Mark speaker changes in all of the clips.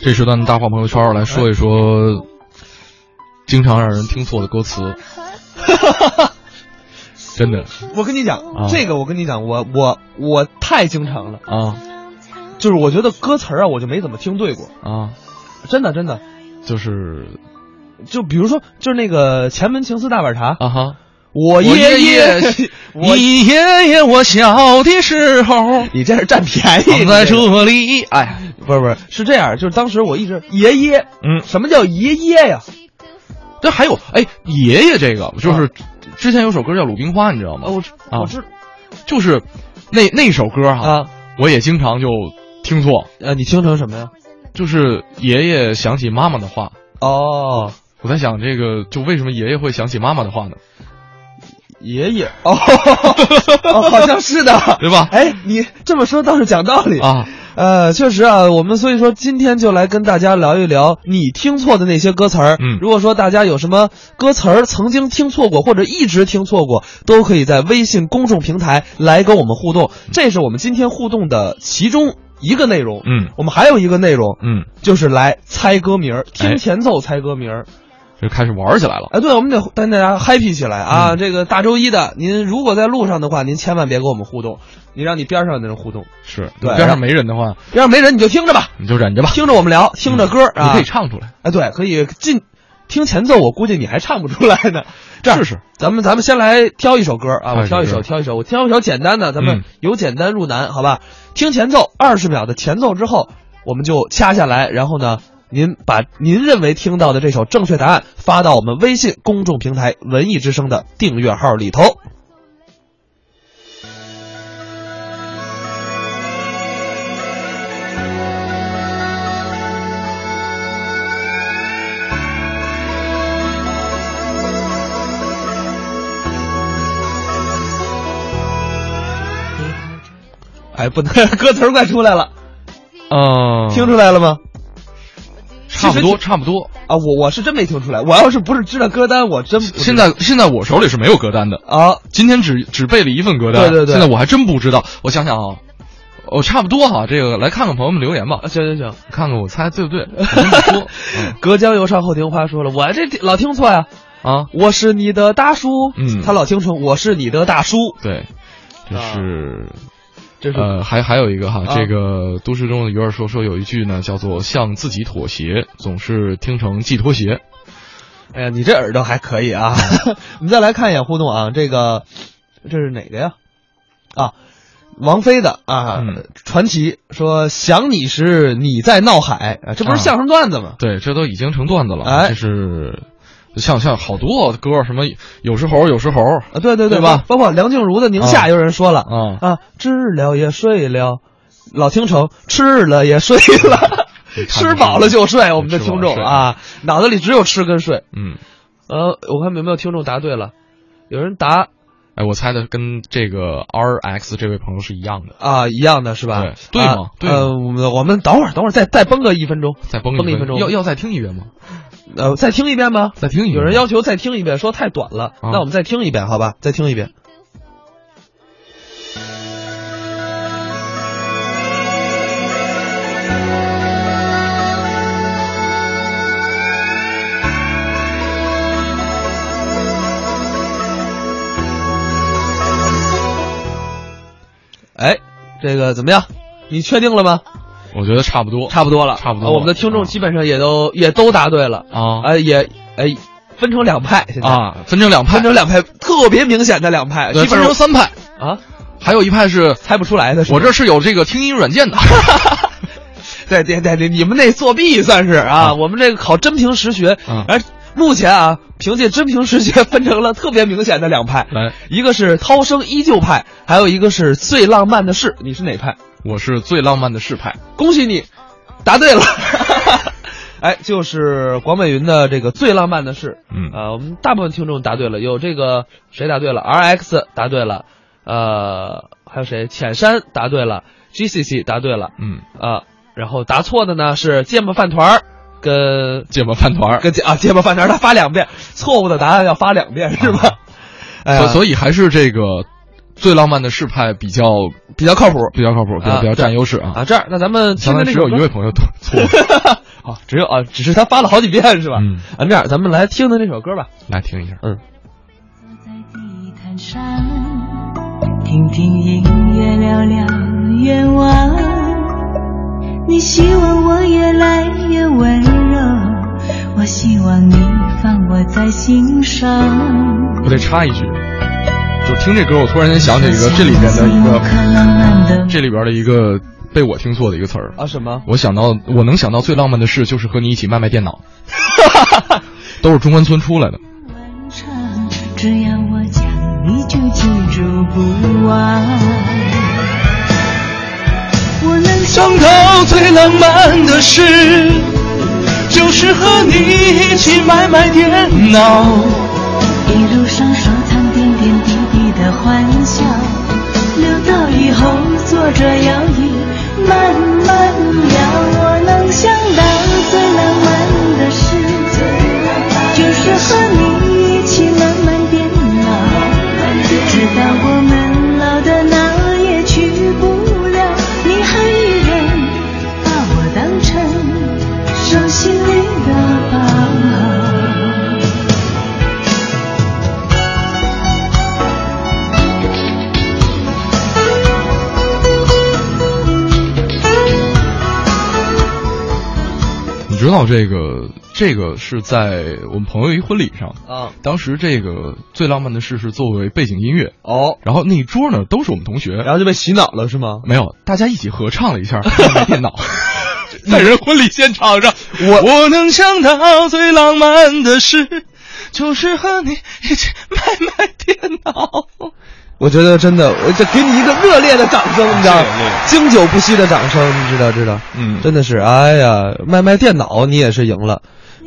Speaker 1: 这时段的大话朋友圈来说一说，经常让人听错的歌词，真的
Speaker 2: 我跟你讲，
Speaker 1: 啊
Speaker 2: 这个我跟你讲，我我我太经常了，
Speaker 1: 啊
Speaker 2: 就是我觉得歌词儿啊，我就没怎么听对过，
Speaker 1: 啊，
Speaker 2: 真的真的。
Speaker 1: 就是
Speaker 2: 就比如说，就是那个前门情思大碗茶，
Speaker 1: 啊哈，
Speaker 2: 我
Speaker 1: 爷
Speaker 2: 爷爷， 我
Speaker 1: 你爷爷，我小的时 候
Speaker 2: 你这是占 便
Speaker 1: 躺
Speaker 2: 宜。
Speaker 1: 在
Speaker 2: 这个
Speaker 1: 这里，哎，
Speaker 2: 不是不是，是这样，就是当时我一直爷爷，
Speaker 1: 嗯，
Speaker 2: 什么叫爷爷呀？
Speaker 1: 这还有哎，爷爷这个就是之前有首歌叫《鲁冰花》，你知道
Speaker 2: 啊，
Speaker 1: 吗？
Speaker 2: 我知
Speaker 1: 啊
Speaker 2: 我知
Speaker 1: 就是那那首歌哈，
Speaker 2: 啊
Speaker 1: 我也经常就听错，
Speaker 2: 啊，你听成什么呀？
Speaker 1: 就是爷爷想起妈妈的话。
Speaker 2: 哦，
Speaker 1: 我在想，这个就为什么爷爷会想起妈妈的话呢？
Speaker 2: 爷 爷哦，哦好像是 的。
Speaker 1: 对吧？
Speaker 2: 哎，你这么说倒是讲道理。
Speaker 1: 啊，
Speaker 2: 呃，确实啊，我们所以说今天就来跟大家聊一聊你听错的那些歌词儿。
Speaker 1: 嗯
Speaker 2: 如果说大家有什么歌词儿曾经听错过或者一直听错过，都可以在微信公众平台来跟我们互动。这是我们今天互动的其中一个内容。
Speaker 1: 嗯
Speaker 2: 我们还有一个内容
Speaker 1: 嗯，哎
Speaker 2: 就是来猜歌名儿，听前奏猜歌名儿。
Speaker 1: 就开始玩起来了。
Speaker 2: 哎，对，我们得带大家 happy 起来啊！
Speaker 1: 嗯
Speaker 2: 这个大周一的，您如果在路上的话，您千万别跟我们互动，你让你边上的人互动，
Speaker 1: 是，
Speaker 2: 对
Speaker 1: 边上没人的话，
Speaker 2: 边上没人你就听着吧。
Speaker 1: 你就忍着吧，嗯
Speaker 2: 听着我们聊，听着歌儿、
Speaker 1: 你
Speaker 2: 啊，
Speaker 1: 可以唱出来。
Speaker 2: 哎，对，可以进听前奏，我估计你还唱不出来呢。这样
Speaker 1: 试试，
Speaker 2: 咱们咱们先来挑一首歌啊，
Speaker 1: 挑
Speaker 2: 我挑
Speaker 1: 一
Speaker 2: 一
Speaker 1: 首歌
Speaker 2: 首，挑一首，我挑一首简单的，咱
Speaker 1: 嗯
Speaker 2: 们由简单入难，好吧？听前奏二十秒的前奏之后，我们就掐下来，然后呢，您把您认为听到的这首正确答案发到我们微信公众平台“文艺之声”的订阅号里头。哎，不能， 歌词儿快出来了，
Speaker 1: 嗯，
Speaker 2: 听出来了吗？
Speaker 1: 差不多，差不多。
Speaker 2: 啊，我我是真没听出来，我要是不是知道歌单，我真不知道
Speaker 1: 现在现在我手里是没有歌单的，
Speaker 2: 啊，
Speaker 1: 今天只只备了一份歌单。
Speaker 2: 对对对
Speaker 1: 现在我还真不知道，我想想啊，我差不多哈、这个来看看朋友们留言吧
Speaker 2: 啊，行行行。
Speaker 1: 看看我猜对不 对。我先不说嗯
Speaker 2: 隔江犹唱后庭花说了，我这老听错呀、
Speaker 1: 啊，
Speaker 2: 我是你的大叔，
Speaker 1: 嗯
Speaker 2: 他老听成我是你的大叔，
Speaker 1: 对，这是。
Speaker 2: 啊这是、
Speaker 1: 呃，还还有一个哈，
Speaker 2: 啊
Speaker 1: 这个都市中的鱼儿说说有一句呢，叫做“向自己妥协”，总是听成“系拖鞋
Speaker 2: 哎呀，你这耳朵还可 以啊。我们再来看一眼互动啊，这个这是哪个呀？啊，王菲的啊，
Speaker 1: 嗯
Speaker 2: 传奇说想你时你在闹海啊，这不
Speaker 1: 啊
Speaker 2: 是相声段子吗”。？
Speaker 1: 对，这都已经成段子了。
Speaker 2: 哎
Speaker 1: 这是像像好多歌，什么有时候有时候
Speaker 2: 啊，对对
Speaker 1: 对吧
Speaker 2: 吧？包括梁静茹的《宁夏》，
Speaker 1: 啊
Speaker 2: 有人说了
Speaker 1: 啊，
Speaker 2: 啊，知了也睡了，老听成吃了也睡了，吃饱 了就睡。我们的听众啊，脑子里只有吃跟睡。
Speaker 1: 嗯，
Speaker 2: 呃，我看有没有听众答对了，有人答
Speaker 1: 哎，我猜的跟这个 R X 这位朋友是一样的。
Speaker 2: 啊一样的是吧？
Speaker 1: 对对
Speaker 2: 啊
Speaker 1: 嘛对嘛
Speaker 2: 呃，我们我们等会儿等会儿再再崩个一分钟，
Speaker 1: 再崩
Speaker 2: 崩
Speaker 1: 一
Speaker 2: 一分钟
Speaker 1: 要要再听一遍吗？
Speaker 2: 呃，再听一遍吧。
Speaker 1: 再听一遍。
Speaker 2: 有人要求再听一遍，说太短了，
Speaker 1: 啊
Speaker 2: 那我们再听一遍，好吧？再听一遍。哎，这个怎么样？你确定了吗？
Speaker 1: 我觉得差不多。
Speaker 2: 差不多了，
Speaker 1: 差不多
Speaker 2: 啊我们的听众基本上也都也都答对了。
Speaker 1: 啊
Speaker 2: 哎，也哎，分成两派现在，
Speaker 1: 啊，分成两派
Speaker 2: 分，成两派，特别明显的两派，
Speaker 1: 对
Speaker 2: 基
Speaker 1: 分
Speaker 2: 本上
Speaker 1: 成三派，
Speaker 2: 啊
Speaker 1: 还有一派是
Speaker 2: 猜不出来的是吧。
Speaker 1: 我这是有这个听音软 件的。
Speaker 2: 对对对对，你们那作弊算是啊，
Speaker 1: 啊
Speaker 2: 我们这个考真凭实学
Speaker 1: 嗯，
Speaker 2: 而目前啊，凭借真凭实学 分成了特别明显的两派，
Speaker 1: 来，
Speaker 2: 一个是涛声依旧派，还有一个是最浪漫的事，你是哪派？
Speaker 1: 我是最浪漫的士派。
Speaker 2: 恭喜你，答对了。 哎，就是广美云的这个最浪漫的事，
Speaker 1: 嗯
Speaker 2: 啊，我们大部分听众答对了，有这个谁答对了？R X 答对了，呃，还有谁？浅山答对了，G C C 答对了，
Speaker 1: 嗯，
Speaker 2: 啊，然后答错的呢是芥末饭团儿跟
Speaker 1: 芥末饭团儿。
Speaker 2: 跟芥啊芥末饭团儿，他发两遍，错误的答案要发两遍是吧？哎
Speaker 1: 所
Speaker 2: 呀，
Speaker 1: 所以还是这个最浪漫的士派比较比较靠谱，比较靠谱，比较
Speaker 2: 啊
Speaker 1: 比较占优势
Speaker 2: 啊，
Speaker 1: 啊。
Speaker 2: 这样，那咱们听
Speaker 1: 相
Speaker 2: 着
Speaker 1: 当于只
Speaker 2: 那首
Speaker 1: 有
Speaker 2: 歌
Speaker 1: 一 位朋友错，
Speaker 2: 好，只有啊，只是他发了好几遍是吧？
Speaker 1: 嗯，
Speaker 2: 啊，那样咱们来听听这首歌吧。
Speaker 1: 来听一下。
Speaker 3: 坐在地毯上，听听音乐，聊聊愿望。你希望我越来越温柔，我希望你放我在心上。
Speaker 1: 我得插一句，就听这歌，我突然间想起一个这里边的一
Speaker 3: 可浪漫的
Speaker 1: 个，这里边的一个被我听错的一个词儿。
Speaker 2: 啊，什么？
Speaker 1: 我想到，我能想到最浪漫的事就是和你一起卖卖电 脑，都是中关村出来的。
Speaker 3: 晚唱，只要我讲，你就记住不忘。我能
Speaker 2: 伤口最浪漫的事，就是和你一起买买电脑。
Speaker 3: 一路上收藏点点滴滴的欢笑，留到以后坐着摇椅慢慢聊。我能想到最浪漫的事，就是和你一起慢慢变老，直到我们老的哪儿也去不了，你还依然把我当成手心里的宝。
Speaker 1: 你知道这个，这个是在我们朋友一婚礼上，
Speaker 2: 啊，
Speaker 1: 当时这个最浪漫的事是作为背景音乐，
Speaker 2: 哦，
Speaker 1: 然后那一桌呢都是我们同学
Speaker 2: 然，后就被洗脑了是吗？
Speaker 1: 没有，大家一起合唱了一 下卖卖电脑。在人婚礼现场上，我我能想到最浪漫的事，就是和你一起卖卖电脑。
Speaker 2: 我觉得真的，我这给你一个热烈的掌声，你知道，经久不息的掌声，你知道知道，
Speaker 1: 嗯
Speaker 2: 真的是，哎呀，卖卖电脑你也是赢了。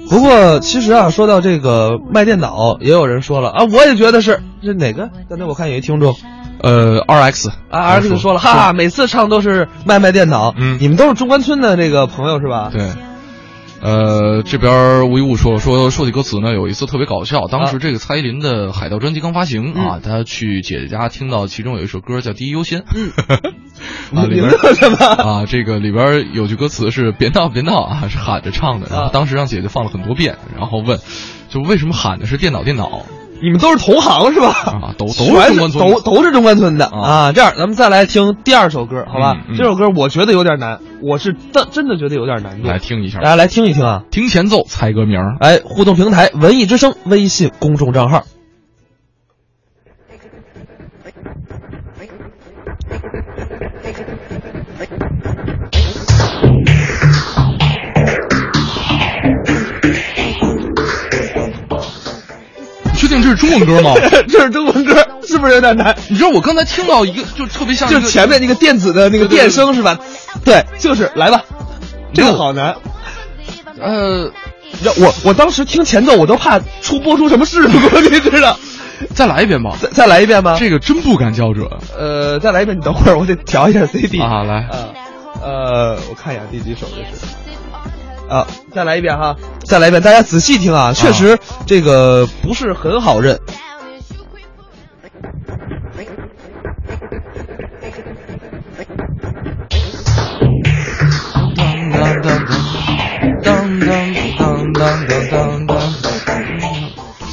Speaker 2: 不过其实啊，说到这个卖电脑，也有人说了啊，我也觉得是，这哪个？刚才我看有一听众
Speaker 1: 呃，R X
Speaker 2: 啊，R 就说了，哈哈，每次唱都是卖卖电脑，
Speaker 1: 嗯
Speaker 2: 你们都是中关村的这个朋友是吧？
Speaker 1: 对，呃，这边无一物说说说起歌词呢，有一次特别搞笑。当时这个蔡依林的《海盗》专辑刚发行
Speaker 2: 嗯
Speaker 1: 啊，她去姐姐家听到其中有一首歌叫《第一优先》， 啊，
Speaker 2: 你
Speaker 1: 里
Speaker 2: 们
Speaker 1: 边
Speaker 2: 乐什么？
Speaker 1: 啊，这个里边有句歌词是“别闹，别闹”啊，是喊着唱的。然后当时让姐姐放了很多遍，然后问，就为什么喊的是电脑电脑
Speaker 2: 你们都是同行是吧？
Speaker 1: 啊？都都是
Speaker 2: 全
Speaker 1: 中关村
Speaker 2: 都
Speaker 1: 的。
Speaker 2: 都是中关村的
Speaker 1: 啊
Speaker 2: 啊。这样，咱们再来听第二首歌，好吧？
Speaker 1: 嗯嗯
Speaker 2: 这首歌我觉得有点难，我是真真的觉得有点难度。
Speaker 1: 来，听一下
Speaker 2: 大，嗯家来听一听啊！
Speaker 1: 听前奏猜歌名儿。
Speaker 2: 哎，互动平台“文艺之声”微信公众账 号。
Speaker 1: 你确定这是中文歌吗？
Speaker 2: 这是中文歌，是不是有点难？
Speaker 1: 你知道我刚才听到一个，就特别像一
Speaker 2: 就
Speaker 1: 个，
Speaker 2: 是前面那个电子的那个电声是吧？对，就是来吧，这个好难。
Speaker 1: 呃，
Speaker 2: 你知道我我当时听前奏，我都怕出播出什么事故，你知道？
Speaker 1: 再来一遍吧。
Speaker 2: 再再来一遍吗？
Speaker 1: 这个真不敢较准
Speaker 2: 呃，再来一遍，你等会儿，我得调一下 CD
Speaker 1: 啊！来，
Speaker 2: 啊，呃，我看一眼第几首这是。
Speaker 4: 嗯
Speaker 2: 啊，再来一遍哈，再来一遍，大家仔细听啊，确实这个不是很好认。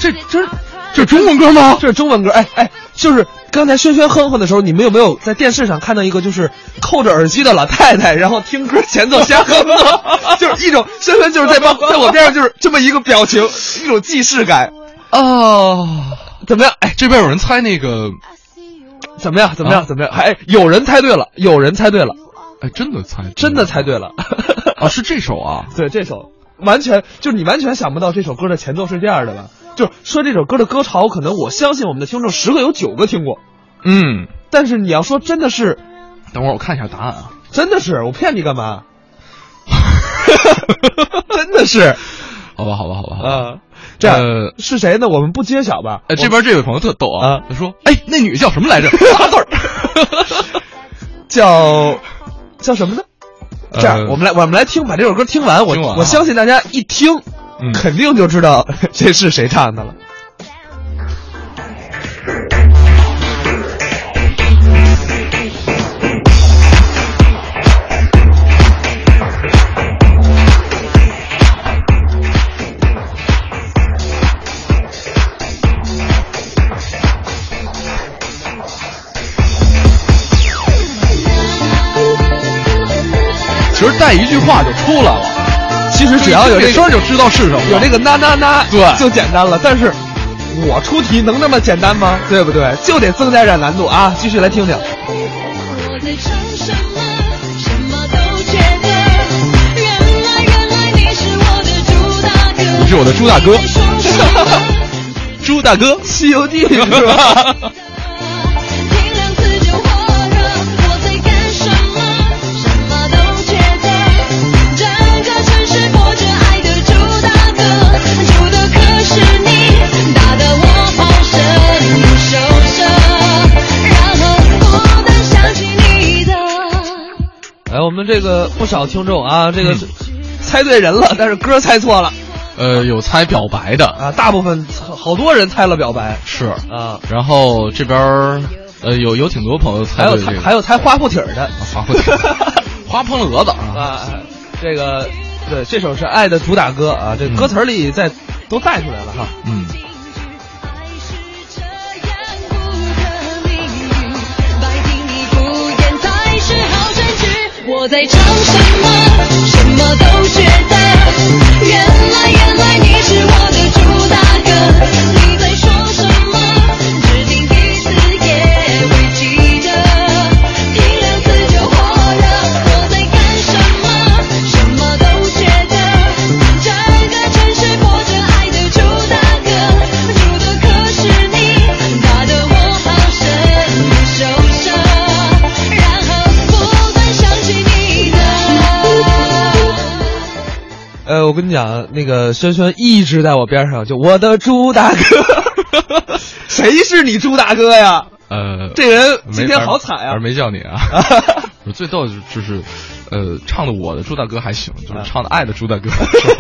Speaker 1: 这这这中文歌吗？
Speaker 2: 这是中文歌，哎哎，就是刚才轩轩哼哼的时候，你们有没有在电视上看到一个就是扣着耳机的老太太，然后听歌前奏瞎哼哼，就是一种轩轩就是在帮在我边上就是这么一个表情，一种既视感。
Speaker 1: 啊，
Speaker 2: 怎么样？哎，
Speaker 1: 这边有人猜那个，
Speaker 2: 怎么样？怎么
Speaker 1: 啊
Speaker 2: 样？怎么样？哎，有人猜对了，有人猜对了，
Speaker 1: 哎，真的猜，
Speaker 2: 真的猜对了。
Speaker 1: 啊，是这首啊，
Speaker 2: 对这首，完全就是你完全想不到这首歌的前奏是这样的吧？就是说这首歌的歌潮，可能我相信我们的听众十个有九个听过，
Speaker 1: 嗯，
Speaker 2: 但是你要说哎真的是，
Speaker 1: 等会儿我看一下答案啊，
Speaker 2: 真的是，我骗你干嘛？ 真的是
Speaker 1: 好吧，好吧，好吧，好吧，
Speaker 2: 啊，这样、
Speaker 1: 呃
Speaker 2: 是谁呢？我们不揭晓吧？
Speaker 1: 哎，这边这位朋友特逗啊
Speaker 2: 啊，
Speaker 1: 他说，哎，那女的叫什么来着？ 八字儿，
Speaker 2: 叫叫什么呢？
Speaker 1: 呃
Speaker 2: 这样，我们来，我们来听，把这首歌听完，我
Speaker 1: 听完啊
Speaker 2: 我相信大家一听，
Speaker 1: 嗯
Speaker 2: 肯定就知道 这是谁唱的了。
Speaker 1: 带一句话就出来了。
Speaker 2: 其实只要有
Speaker 1: 这
Speaker 2: 这
Speaker 1: 声儿
Speaker 2: 个
Speaker 1: 就知道是什么了，
Speaker 2: 有这个呐呐呐，
Speaker 1: 对
Speaker 2: 就简单了。但是我出题能那么简单吗？对不对？就得增加点难度啊！继续来听听。
Speaker 3: 我在唱什么，什么都觉得。原来原来你是我的猪大哥，
Speaker 1: 你是我的猪大哥，
Speaker 3: 说什么？
Speaker 1: 猪大哥，
Speaker 2: 《西游记》是吧？
Speaker 3: 听两次就火热，我在干什么？什么都觉得。整个城市播着爱的猪大哥，猪的可是你，打得我好生受伤，然后不能想起你的。
Speaker 2: 哎，我们这个不少听众啊，这个
Speaker 1: 嗯
Speaker 2: 是猜对人了，但是歌猜错了
Speaker 1: 呃，有猜表白的
Speaker 2: 啊。大部分好多人猜了表白
Speaker 1: 是，
Speaker 2: 啊，
Speaker 1: 然后这边儿呃有有挺多朋友猜
Speaker 2: 还有
Speaker 1: 对这
Speaker 2: 猜
Speaker 1: 个，啊
Speaker 2: 还有猜啊花裤腿儿的
Speaker 1: 花不 停花烹了蛾子啊，
Speaker 2: 啊，这个对这首是《爱的主打歌》啊，这
Speaker 1: 嗯
Speaker 2: 歌词儿里在都带出来了哈。
Speaker 1: 嗯，
Speaker 3: 爱是这样不可理喻，百听你不厌才是好善曲。我在唱什么，什么都觉得。原来原来你是我的猪大哥，你在说什么，只听一次也会记得，听两次就火热。我在干什么，什么都觉得。整个城市播着爱的猪大哥，猪的可是你，打得我好生受伤，然后不断想起你的。
Speaker 2: 呃，我跟你讲，那个轩轩一直在我边上，就我的猪大哥， 谁是你猪大哥呀？
Speaker 1: 呃，
Speaker 2: 这人
Speaker 1: 没
Speaker 2: 今天
Speaker 1: 而
Speaker 2: 好惨呀
Speaker 1: 而！没叫你 啊。我最逗的就是，呃，唱的我的朱大哥还行，
Speaker 2: 啊
Speaker 1: 就是唱的爱的朱大哥，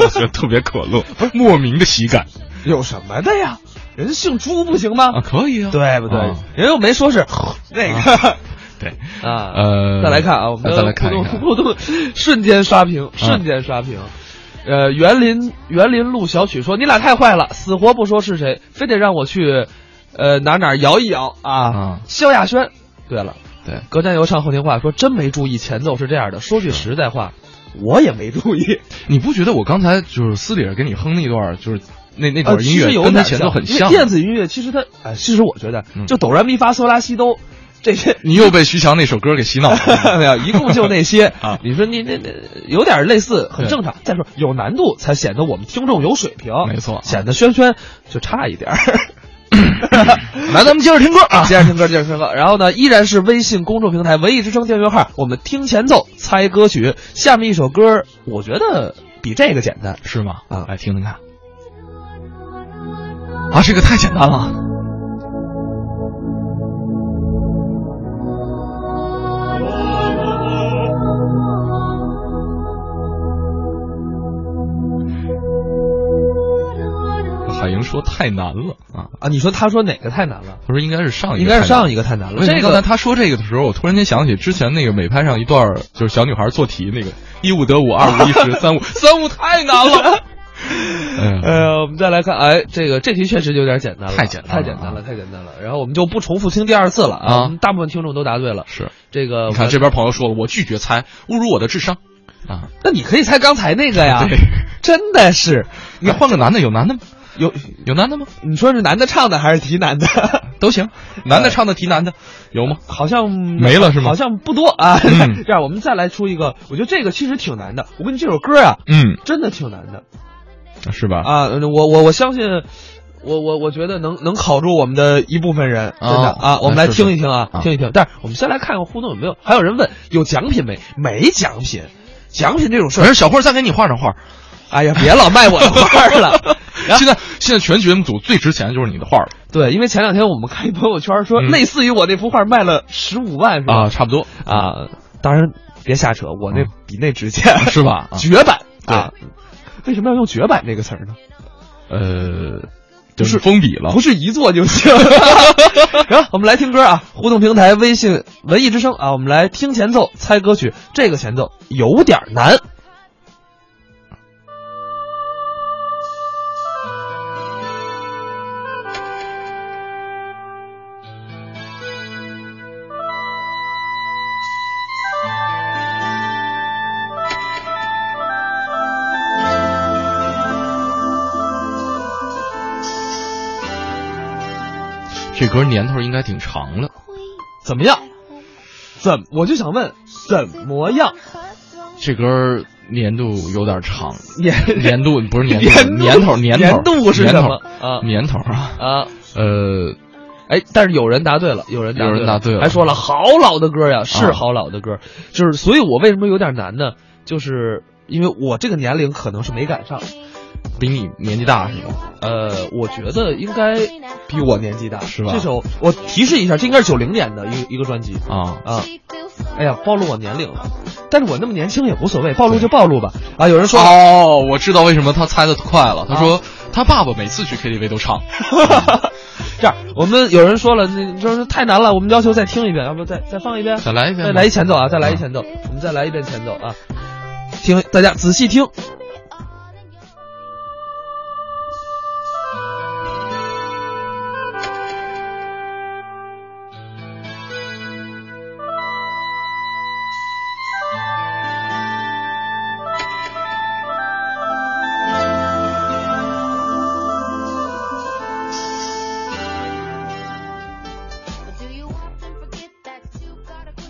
Speaker 1: 我觉得特别可乐，莫名的喜感
Speaker 2: 有什么的呀？人姓朱不行吗？
Speaker 1: 啊，可以啊，
Speaker 2: 对不对？
Speaker 1: 啊
Speaker 2: 人又没说是那个
Speaker 1: 对，
Speaker 2: 啊。
Speaker 1: 呃，
Speaker 2: 再来看啊，我们
Speaker 1: 再来看一
Speaker 2: 互
Speaker 1: 看啊
Speaker 2: 动，互动瞬间刷屏，瞬间刷屏。呃，园林园林路小曲说：“你俩太坏了，死活不说是谁，非得让我去，呃哪哪摇一摇啊
Speaker 1: 啊。”
Speaker 2: 萧亚轩。对了，
Speaker 1: 对，
Speaker 2: 隔江犹唱后庭话说：“真没注意，前奏是这样的。说句实在话，我也没注意。
Speaker 1: 你不觉得我刚才就是私底下给你哼那段，就是那 那段
Speaker 2: 呃
Speaker 1: 音
Speaker 2: 其实
Speaker 1: 乐
Speaker 2: 有
Speaker 1: 跟他
Speaker 2: 点
Speaker 1: 前奏很
Speaker 2: 因为
Speaker 1: 像？
Speaker 2: 电子音乐其实它，哎，其实我觉得
Speaker 1: 嗯
Speaker 2: 就哆来咪发嗦拉西哆这些，
Speaker 1: 你又被徐强那首歌给洗脑了。
Speaker 2: 没有，一共就那些
Speaker 1: 啊
Speaker 2: 你说你那那有点类似，很正常。再说有难度，才显得我们听众有水平。
Speaker 1: 没错啊
Speaker 2: 显得轩轩就差一点 儿。
Speaker 1: 来，咱们接着听歌啊
Speaker 2: 接。着听歌，接着听歌。然后呢，依然是微信公众平台“文艺之声”订阅号，我们听前奏猜歌曲。下面一首歌，我觉得比这个简单。
Speaker 1: 是吗？
Speaker 2: 啊
Speaker 1: 哎来听听看。啊，这个太简单了。海英说太难了啊，
Speaker 2: 啊，你说他说哪个太难了？
Speaker 1: 他说应该是上一个，
Speaker 2: 应该是上一
Speaker 1: 个
Speaker 2: 个太难
Speaker 1: 太难
Speaker 2: 了。
Speaker 1: 了。为什
Speaker 2: 这
Speaker 1: 么刚才
Speaker 2: 个
Speaker 1: 他说这个的时候，我突然间想起之前那个美拍上一段儿，就是小女孩做题那个一五得五，二五一十， 三五三五太难了。哎呀，
Speaker 2: 呃，我们再来看，哎，这个这题确实有点简单了，
Speaker 1: 太简单了
Speaker 2: 太简单了，太简单了。然后我们就不重复听第二次了
Speaker 1: 啊
Speaker 2: 我们大部分听众都答对了。
Speaker 1: 是
Speaker 2: 这个，
Speaker 1: 你看这边朋友说了，我拒绝猜，侮辱我的智商啊！
Speaker 2: 那你可以猜刚才那个呀
Speaker 1: 对，
Speaker 2: 真的是，
Speaker 1: 你换个男的，有男的吗？
Speaker 2: 有
Speaker 1: 有男的吗？
Speaker 2: 你说是男的唱的还是提男的？
Speaker 1: 都行，男的唱的提男的，有吗？
Speaker 2: 好像
Speaker 1: 没了是吗
Speaker 2: 好像不多啊。
Speaker 1: 嗯
Speaker 2: 这样我们再来出一个，我觉得这个其实挺难的。我跟你这首歌啊，
Speaker 1: 嗯，
Speaker 2: 真的挺难的
Speaker 1: 是吧？
Speaker 2: 啊。我我我相信，我我我觉得能能考住我们的一部分人，真的
Speaker 1: 哦
Speaker 2: 啊。我们来
Speaker 1: 来试试
Speaker 2: 听一听啊
Speaker 1: 啊，
Speaker 2: 听一听。但是我们先来看看互动有没有，还有人问有奖品没？没奖品，奖品这种事
Speaker 1: 可
Speaker 2: 儿，
Speaker 1: 是小慧儿再给你画张画儿。
Speaker 2: 哎呀，别老卖我的画儿 了。然后
Speaker 1: 现在现在全节目组最值钱的就是你的画儿了
Speaker 2: 对，因为前两天我们看一朋友圈说，
Speaker 1: 嗯
Speaker 2: 类似于我那幅画卖了十五万是吧？
Speaker 1: 啊，差不多
Speaker 2: 啊当然别瞎扯，我那
Speaker 1: 嗯
Speaker 2: 比那值钱，
Speaker 1: 是吧？啊
Speaker 2: 绝版啊。为什么要用“绝版”这个词儿呢？
Speaker 1: 呃，就是封笔了
Speaker 2: 啊不。是一做就 行。然后我们来听歌啊，互动平台微信“文艺之声”啊，我们来听前奏猜歌曲。这个前奏有点难，
Speaker 1: 这歌年头应该挺长了。
Speaker 2: 怎么样？怎我就想问，怎么样？
Speaker 1: 这歌年度有点 长，
Speaker 2: 年
Speaker 1: 年度不是年
Speaker 2: 年度
Speaker 1: 年头年头
Speaker 2: 年度是
Speaker 1: 年
Speaker 2: 什
Speaker 1: 头
Speaker 2: 么啊
Speaker 1: 年头啊，
Speaker 2: 啊？
Speaker 1: 呃，
Speaker 2: 哎，但是有人答对了，有人答对
Speaker 1: 有人答对了
Speaker 2: 还说了啊好老的歌呀，是好老的歌，就是所以，我为什么有点难呢？就是因为我这个年龄可能是没赶上，
Speaker 1: 比你年纪大是吗？
Speaker 2: 呃，我觉得应该比我年纪大，
Speaker 1: 是吧
Speaker 2: 这首我提示一下，这应该是九零年的一个一个专辑
Speaker 1: 啊，
Speaker 2: 啊。哎呀，暴露我年龄了，但是我那么年轻也无所谓，暴露就暴露吧。啊，有人说，啊
Speaker 1: 哦，我知道为什么他猜的快了。他说他爸爸每次去 KTV 都唱，
Speaker 2: 这样，我们有人说了，那就是太难了，我们要求再听一遍，要不再再放一遍，
Speaker 1: 再来一遍吧
Speaker 2: 再来一前奏啊，再来一前奏，我们再来一遍前奏啊，听大家仔细听，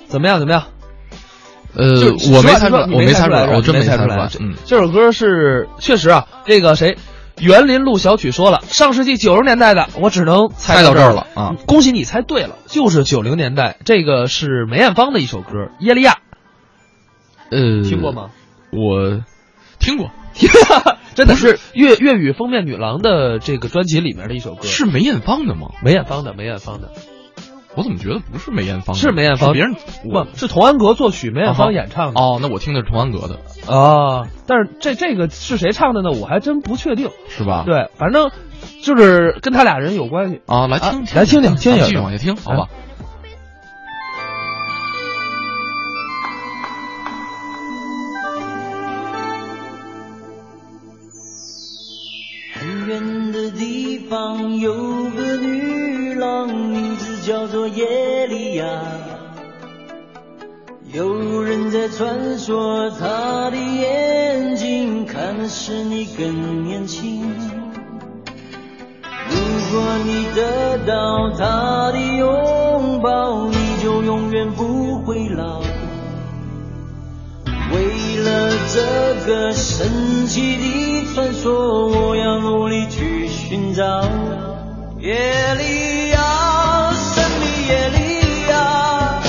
Speaker 2: 怎么样？怎么样？
Speaker 1: 呃，
Speaker 2: 就
Speaker 1: 我没
Speaker 2: 实
Speaker 1: 猜
Speaker 2: 话实
Speaker 1: 出
Speaker 2: 说
Speaker 1: 来，
Speaker 2: 你
Speaker 1: 我
Speaker 2: 没
Speaker 1: 猜
Speaker 2: 出
Speaker 1: 出来，我
Speaker 2: 是
Speaker 1: 真没
Speaker 2: 吧没
Speaker 1: 猜
Speaker 2: 出
Speaker 1: 出来。
Speaker 2: 这
Speaker 1: 嗯，
Speaker 2: 这首歌是确实啊，这个谁，园林路小曲说了，上世纪九十年代的，我只能猜
Speaker 1: 猜到
Speaker 2: 这
Speaker 1: 这儿
Speaker 2: 了嗯
Speaker 1: 了啊。
Speaker 2: 恭喜你猜对了，就是九零年代，这个是梅艳芳的一首歌《耶利亚
Speaker 1: 呃，》，
Speaker 2: 嗯听过？吗？
Speaker 1: 我听过，
Speaker 2: 真的是粤粤语封面女郎的这个专辑里面的一首歌，
Speaker 1: 是梅艳芳的吗？
Speaker 2: 梅艳芳的，梅艳芳的，
Speaker 1: 我怎么觉得不哦是梅艳芳的？
Speaker 2: 是梅艳芳，
Speaker 1: 别人
Speaker 2: 不是童安格作曲，梅艳
Speaker 1: 啊哈
Speaker 2: 芳演唱的
Speaker 1: 哦，那我听的是童安格的，
Speaker 2: 啊。但是这这个是谁唱的呢？我还真不确定。
Speaker 1: 是吧？
Speaker 2: 对，反正就是跟他俩人有关系。
Speaker 1: 啊，来听
Speaker 2: 啊来听听听一
Speaker 1: 啊
Speaker 2: 下
Speaker 1: 继续往下听，好吧？
Speaker 5: 很远的地方有个女郎，名字叫做耶利亚。有人在传说她的眼睛看的使你更年轻。如果你得到她的拥抱，你就永远不会老。为了这个神奇的传说，我要努力去寻找。耶利亚，神秘耶利亚，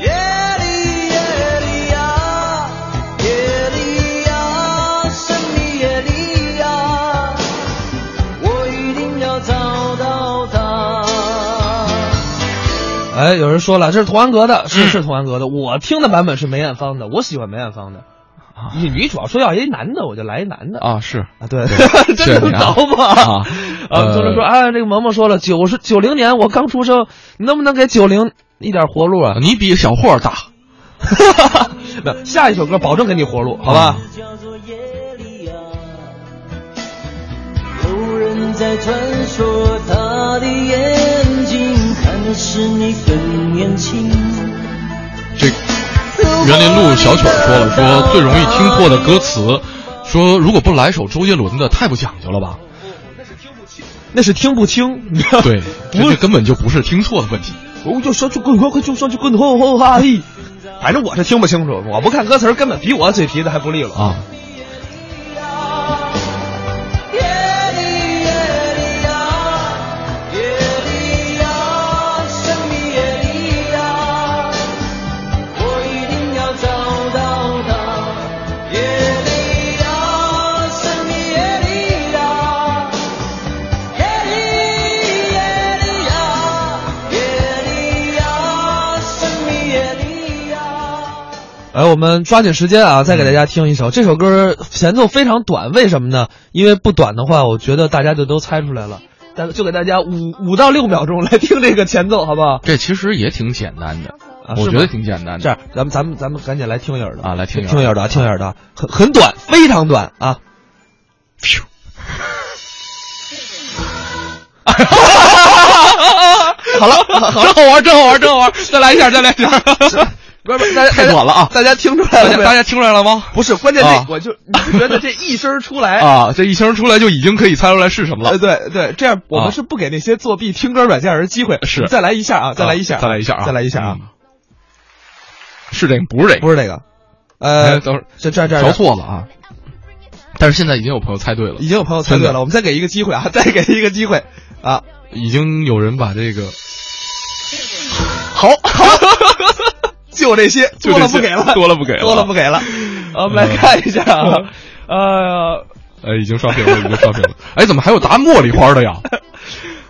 Speaker 5: 耶利耶利亚，耶利亚，神秘耶利亚，啊我一定要找到他。
Speaker 2: 哎，有人说了，这是童安格的，是是童安格的。我听的版本是梅艳芳的，我喜欢梅艳芳的。你你主要说要一男的，我就来一男的。
Speaker 1: 啊，是
Speaker 2: 啊， 对，
Speaker 1: 对
Speaker 2: 真能着吗？
Speaker 1: 啊
Speaker 2: 啊，
Speaker 1: 呃
Speaker 2: 就是说，啊，这个萌萌说了，九十九零年我刚出生，你能不能给九零一点活路啊？
Speaker 1: 你比小霍儿大，
Speaker 2: 那下一首歌保证给你活
Speaker 5: 嗯
Speaker 2: 路，好吧？
Speaker 5: 叫做耶利亚。有人在传说，他的眼睛看的是你很年轻。
Speaker 1: 这园林路小曲儿说了，说最容易听错的歌词，说如果不来首周杰伦的，太不讲究了 吧？
Speaker 2: 那是听不清，你知道吗
Speaker 1: 对，这这根本就不是听错的问题。
Speaker 2: 我就说就滚快快就说就滚后后哈嘿，反正我是听不清楚，我不看歌词儿根本比我嘴皮子还不利落。
Speaker 1: 啊，
Speaker 5: 耶利耶利亚，耶利亚，神秘耶利亚，我一定要找到他。耶利亚，神秘耶利亚。耶利耶利亚，耶利亚，神秘耶利亚。
Speaker 2: 来，哎我们抓紧时间啊，再给大家听一首、这首歌，前奏非常短，为什么呢？因为不短的话，我觉得大家就都猜出来了。但就给大家五五到六秒钟来听这个前奏，好不好？
Speaker 1: 这其实也挺简单的，
Speaker 2: 啊
Speaker 1: 我
Speaker 2: 是
Speaker 1: 觉
Speaker 2: 吗
Speaker 1: 得挺简单的。
Speaker 2: 这样，咱们咱们咱们赶紧来听一耳朵
Speaker 1: 啊来听
Speaker 2: 听
Speaker 1: 一
Speaker 2: 一耳朵啊，听一耳朵啊，很很短，非常短啊。 好了，好了，
Speaker 1: 真好玩，真好玩，真好玩！再来一下，再来一下。
Speaker 2: 不是不是， 大家
Speaker 1: 太短了啊
Speaker 2: 大家听出来
Speaker 1: 大
Speaker 2: 了
Speaker 1: 家
Speaker 2: 没有？
Speaker 1: 大家听出来了吗？
Speaker 2: 不是关键
Speaker 1: 啊
Speaker 2: 这，我就你就觉得这一声儿出 来。
Speaker 1: 啊，这一声出来就已经可以猜出来是什么
Speaker 2: 呃，
Speaker 1: 了。
Speaker 2: 对对，这样我
Speaker 1: 啊
Speaker 2: 们是不给那些作弊听歌软件的人机会。
Speaker 1: 是
Speaker 2: 你再来一下啊，再来一下，
Speaker 1: 再来一下啊，
Speaker 2: 再来一下啊
Speaker 1: 嗯！，是这个，不是这个，
Speaker 2: 不是这个，
Speaker 1: 哎
Speaker 2: 呃，
Speaker 1: 等会儿
Speaker 2: 这这这
Speaker 1: 调，错了啊。但是现在已经有朋友猜对了
Speaker 2: 这已，经有朋友猜对
Speaker 1: 真
Speaker 2: 了，
Speaker 1: 的
Speaker 2: 我们再给一个机会啊，再给一个机会啊！
Speaker 1: 已经有人把这个
Speaker 2: 好，好， 就这些，
Speaker 1: 就
Speaker 2: 多了
Speaker 1: 这些
Speaker 2: 不给 了，
Speaker 1: 多了不给了啊嗯
Speaker 2: 多了不给了。 呃我们来看一下啊，呃，
Speaker 1: 呃已经刷屏了，已经刷屏了。哎，怎么还有答茉莉花的 呀？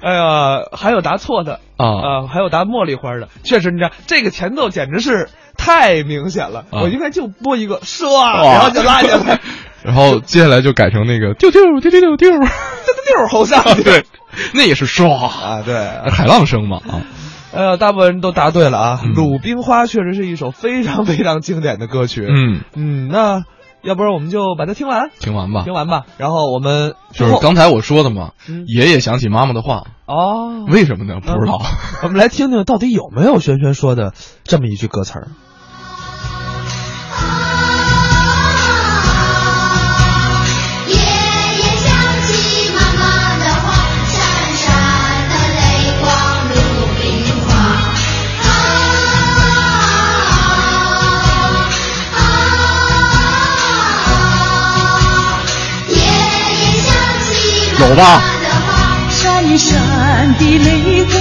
Speaker 2: 哎呀，还有答错的
Speaker 1: 啊
Speaker 2: 呃还有答茉莉花的，确实，你知道这个前奏简直是太明显了，
Speaker 1: 啊
Speaker 2: 我应该就播一个唰，然后就拉进 来，
Speaker 1: 然后接下来就改成那个丢丢丢丢丢 丢，啊
Speaker 2: 这个地儿后上去
Speaker 1: 对，那也是唰，
Speaker 2: 啊，对，
Speaker 1: 海浪声嘛啊。
Speaker 2: 呃，大部分人都答对了啊，
Speaker 1: 嗯
Speaker 2: 鲁冰花》确实是一首非常非常经典的歌曲，
Speaker 1: 嗯，
Speaker 2: 嗯，那要不然我们就把它听完，
Speaker 1: 听完吧
Speaker 2: 听，完吧，然后我们
Speaker 1: 啊就是刚才我说的嘛
Speaker 2: 嗯，
Speaker 1: 爷爷想起妈妈的话，
Speaker 2: 哦，
Speaker 1: 为什么呢？不知道。
Speaker 2: 我们来听听到底有没有轩轩说的这么一句歌词儿。
Speaker 4: 爷爷想起妈妈的话，闪闪的泪光如冰花。啊啊啊！爷爷想起妈
Speaker 1: 有
Speaker 4: 妈
Speaker 1: 吧
Speaker 4: 的话。
Speaker 6: 闪闪的泪光。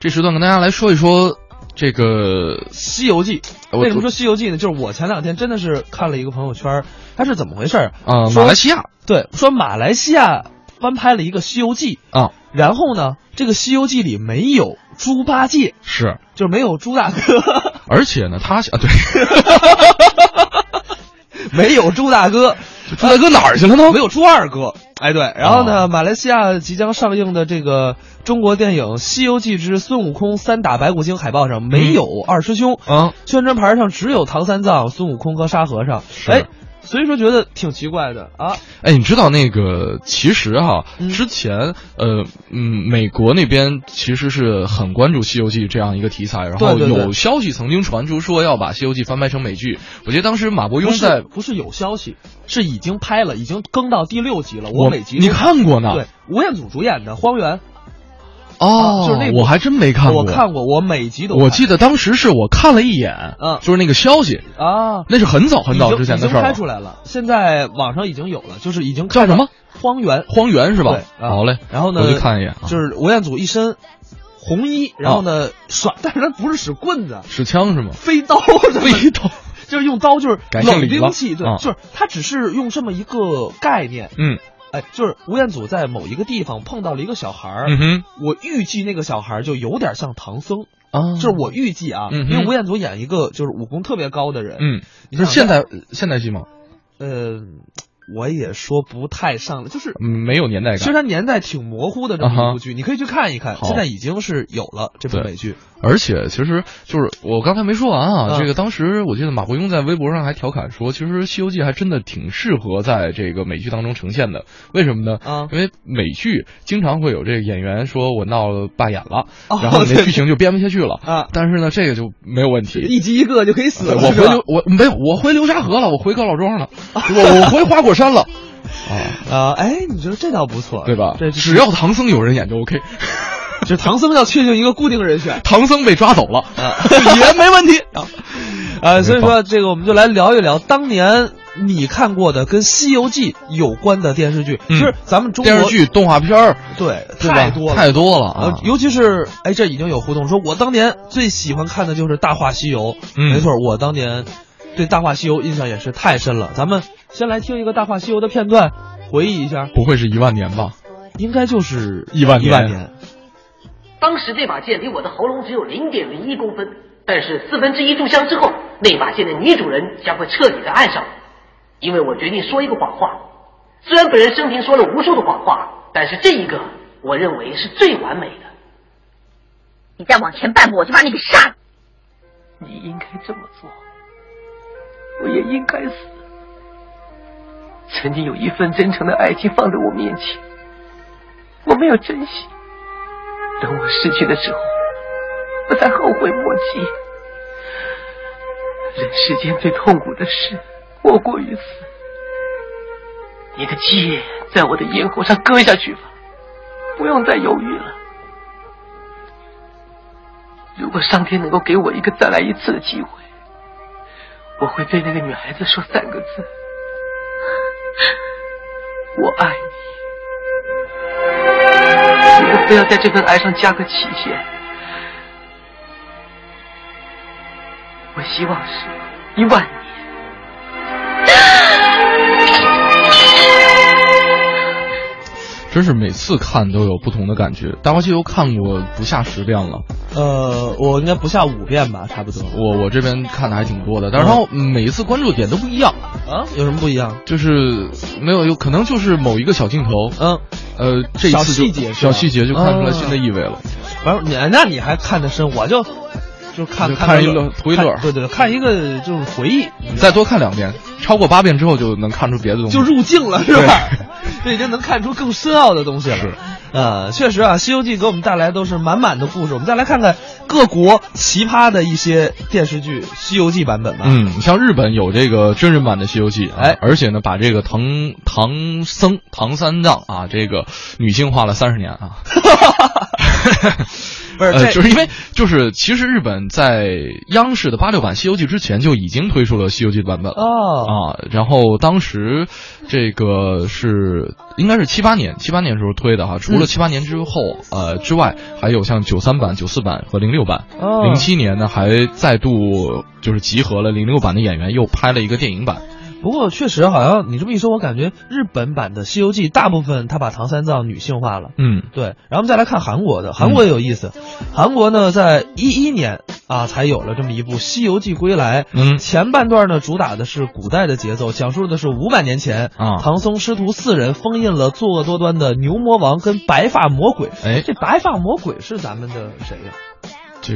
Speaker 1: 这时段跟大家来说一说这个
Speaker 2: 《西游记》
Speaker 1: 呃我
Speaker 2: 为什么说《西游记》呢？就是我前两天真的是看了一个朋友圈儿，它是怎么回事儿
Speaker 1: 啊、
Speaker 2: 说
Speaker 1: 马来西亚
Speaker 2: 对，说马来西亚翻拍了一个《西游记》，
Speaker 1: 啊，
Speaker 2: 然后呢，这个《西游记》里没有猪八戒，
Speaker 1: 是，
Speaker 2: 就是没有猪大哥，
Speaker 1: 而且呢，他 啊对，
Speaker 2: 没有猪大哥，
Speaker 1: 朱大哥哪儿去了呢？
Speaker 2: 没有猪二哥。哎，对，然后呢，
Speaker 1: 哦
Speaker 2: 马来西亚即将上映的这个中国电影《西游记之孙悟空三打白骨精》海报上没有二师兄，
Speaker 1: 啊，
Speaker 2: 宣传牌上只有唐三藏、孙悟空和沙和尚。
Speaker 1: 是
Speaker 2: 哎，所以说觉得挺奇怪的啊。
Speaker 1: 哎，你知道那个其实哈、
Speaker 2: 嗯
Speaker 1: 之前呃嗯，美国那边其实是很关注《西游记》这样一个题材，然后
Speaker 2: 对对对
Speaker 1: 有消息曾经传出说要把《西游记》翻拍成美剧，我记得当时马伯
Speaker 2: 不
Speaker 1: 庸
Speaker 2: 是
Speaker 1: 在
Speaker 2: 不是有消息，是已经拍了，已经更到第六集了。
Speaker 1: 我
Speaker 2: 每集都
Speaker 1: 你看啊过呢
Speaker 2: 对，吴彦祖主演的《荒原》，
Speaker 1: 哦、
Speaker 2: 啊就是那部
Speaker 1: 我还真没看过，
Speaker 2: 我看过，我每集都
Speaker 1: 我
Speaker 2: 看
Speaker 1: 记得当时是我看了一眼，
Speaker 2: 嗯
Speaker 1: 就是那个消息，
Speaker 2: 啊，
Speaker 1: 那是很早很早
Speaker 2: 已经
Speaker 1: 之前的事
Speaker 2: 已经
Speaker 1: 儿
Speaker 2: 拍
Speaker 1: 了
Speaker 2: 出。来了，现在网上已经有了，就是已经
Speaker 1: 叫什么
Speaker 2: 《荒原》。
Speaker 1: 荒原是吧？
Speaker 2: 对啊
Speaker 1: 好嘞，
Speaker 2: 然后呢，
Speaker 1: 我去看一眼啊。啊
Speaker 2: 就是吴彦祖一身红衣，然后呢耍， 但是他不是使棍子，
Speaker 1: 使枪是吗？
Speaker 2: 飞刀，
Speaker 1: 飞 刀，
Speaker 2: 就是用刀，就是
Speaker 1: 改姓
Speaker 2: 冷
Speaker 1: 李了
Speaker 2: 兵器，对，
Speaker 1: 啊
Speaker 2: 就是他只是用这么一个概念。
Speaker 1: 嗯
Speaker 2: 哎，就是吴彦祖在某一个地方碰到了一个小孩儿，
Speaker 1: 嗯哼
Speaker 2: 我预计那个小孩儿就有点像唐僧，
Speaker 1: 啊，
Speaker 2: 就是我预计啊，
Speaker 1: 嗯哼
Speaker 2: 因为吴彦祖演一个就是武功特别高的人，
Speaker 1: 嗯，
Speaker 2: 你
Speaker 1: 是
Speaker 2: 想
Speaker 1: 现代现代戏吗？
Speaker 2: 呃，我也说不太上来，就是
Speaker 1: 嗯，没有年代
Speaker 2: 其实
Speaker 1: 感，啊
Speaker 2: 它年代挺模糊的这么一部剧，你可以去看一看。
Speaker 1: 好
Speaker 2: 现在已经是有了这部
Speaker 1: 对
Speaker 2: 美剧，
Speaker 1: 而且其实就是我刚才没说完啊，
Speaker 2: 嗯
Speaker 1: 这个当时我记得马伯庸在微博上还调侃说，其实《西游记》还真的挺适合在这个美剧当中呈现的，为什么呢？
Speaker 2: 啊
Speaker 1: 因为美剧经常会有这个演员说我闹罢演了，
Speaker 2: 哦
Speaker 1: 然后你
Speaker 2: 对
Speaker 1: 的剧情就编不下去了
Speaker 2: 啊
Speaker 1: 但是呢，这个就没有问题，
Speaker 2: 一集一个就可以死
Speaker 1: 对
Speaker 2: 了。
Speaker 1: 我
Speaker 2: 是
Speaker 1: 回
Speaker 2: 吧
Speaker 1: 流我没有，我回流沙河了，我回高老庄了， 我我回花果山了，啊，
Speaker 2: 啊，哎，你说这倒不错，
Speaker 1: 对吧？
Speaker 2: 这
Speaker 1: 只要唐僧有人演就 OK，
Speaker 2: 就唐僧要确定一个固定人 选
Speaker 1: 唐僧被抓走了
Speaker 2: 啊
Speaker 1: 也没问题。
Speaker 2: 啊，所以说这个我们就来聊一聊当年你看过的跟《西游记》有关的电视剧，
Speaker 1: 嗯
Speaker 2: 就是咱们中国
Speaker 1: 电视剧、动画片儿，
Speaker 2: 对
Speaker 1: 对吧
Speaker 2: 太多了，
Speaker 1: 太多了啊
Speaker 2: 呃！尤其是哎，这已经有互动说，我当年最喜欢看的就是《大话西游》。
Speaker 1: 嗯
Speaker 2: 没错，我当年对《大话西游》印象也是太深了。咱们先来听一个《大话西游》的片段，回忆一下，
Speaker 1: 不会是一万年吧？
Speaker 2: 应该就是
Speaker 1: 亿万
Speaker 2: 一
Speaker 1: 年
Speaker 2: 万年。
Speaker 7: 当时这把剑离我的喉咙只有零点零一公分，但是四分之一炷香之后，那把剑的女主人将会彻底的爱上我，因为我决定说一个谎话。虽然本人生平说了无数的谎话，但是这一个我认为是最完美的。
Speaker 8: 你再往前半步，我就把你给杀了。
Speaker 7: 你应该这么做，我也应该死。曾经有一份真诚的爱情放在我面前，我没有珍惜。等我失去的时候，我才后悔莫及。人世间最痛苦的事，莫过于此。你的剑在我的咽喉上割下去吧，不用再犹豫了。如果上天能够给我一个再来一次的机会，我会对那个女孩子说三个字：我爱你。如果非要在这份爱上加个期限，我希望是一万年。
Speaker 1: 真是每次看都有不同的感觉。《大话西游》看过不下十遍了，
Speaker 2: 呃，我应该不下五遍吧，差不多。
Speaker 1: 我我这边看的还挺多的，但是它
Speaker 2: 嗯
Speaker 1: 每一次关注点都不一样，
Speaker 2: 啊，有什么不一样？
Speaker 1: 就是没有有可能就是某一个小镜头，
Speaker 2: 嗯，
Speaker 1: 呃，这一
Speaker 2: 小
Speaker 1: 次就
Speaker 2: 细节是吧
Speaker 1: 小
Speaker 2: 哦
Speaker 1: 细节就看出来新的意味了。
Speaker 2: 反正你那你还看得深，我就就看
Speaker 1: 就看一
Speaker 2: 个
Speaker 1: 乐图一乐
Speaker 2: 看对对，看一个就是回忆，
Speaker 1: 你再多看两遍，超过八遍之后就能看出别的东西。
Speaker 2: 就入境了，是吧？这已经能看出更深奥的东西了。
Speaker 1: 是，
Speaker 2: 呃，确实啊，《西游记》给我们带来都是满满的故事。我们再来看看各国奇葩的一些电视剧《西游记》版本吧。，
Speaker 1: 嗯，像日本有这个真人版的《西游记》啊，
Speaker 2: 哎
Speaker 1: 而且呢，把这个唐唐僧唐三藏啊，这个女性化了三十年啊。
Speaker 2: 不是
Speaker 1: 呃，
Speaker 2: 这
Speaker 1: 就是因为就是其实日本在央视的八六版《西游记》之前就已经推出了《西游记》版本了。
Speaker 2: 哦，
Speaker 1: 啊，然后当时这个是应该是七八年，七八年时候推的哈。
Speaker 2: 嗯
Speaker 1: 除了七八年之后，呃之外，还有像九三版、九四版和零六版。
Speaker 2: 哦
Speaker 1: 零七年呢，还再度就是集合了零六版的演员，又拍了一个电影版。
Speaker 2: 不过确实好像你这么一说，我感觉日本版的《西游记》大部分他把唐三藏女性化了。
Speaker 1: 嗯，
Speaker 2: 对，然后我们再来看韩国的，韩国也有意思。韩国呢，在一一年啊，才有了这么一部《西游记归来》。
Speaker 1: 嗯
Speaker 2: 前半段呢，主打的是古代的节奏，讲述的是五百年前
Speaker 1: 啊
Speaker 2: 唐僧师徒四人封印了作恶多端的牛魔王跟白发魔鬼。
Speaker 1: 哎
Speaker 2: 这白发魔鬼是咱们的谁呀、
Speaker 1: 这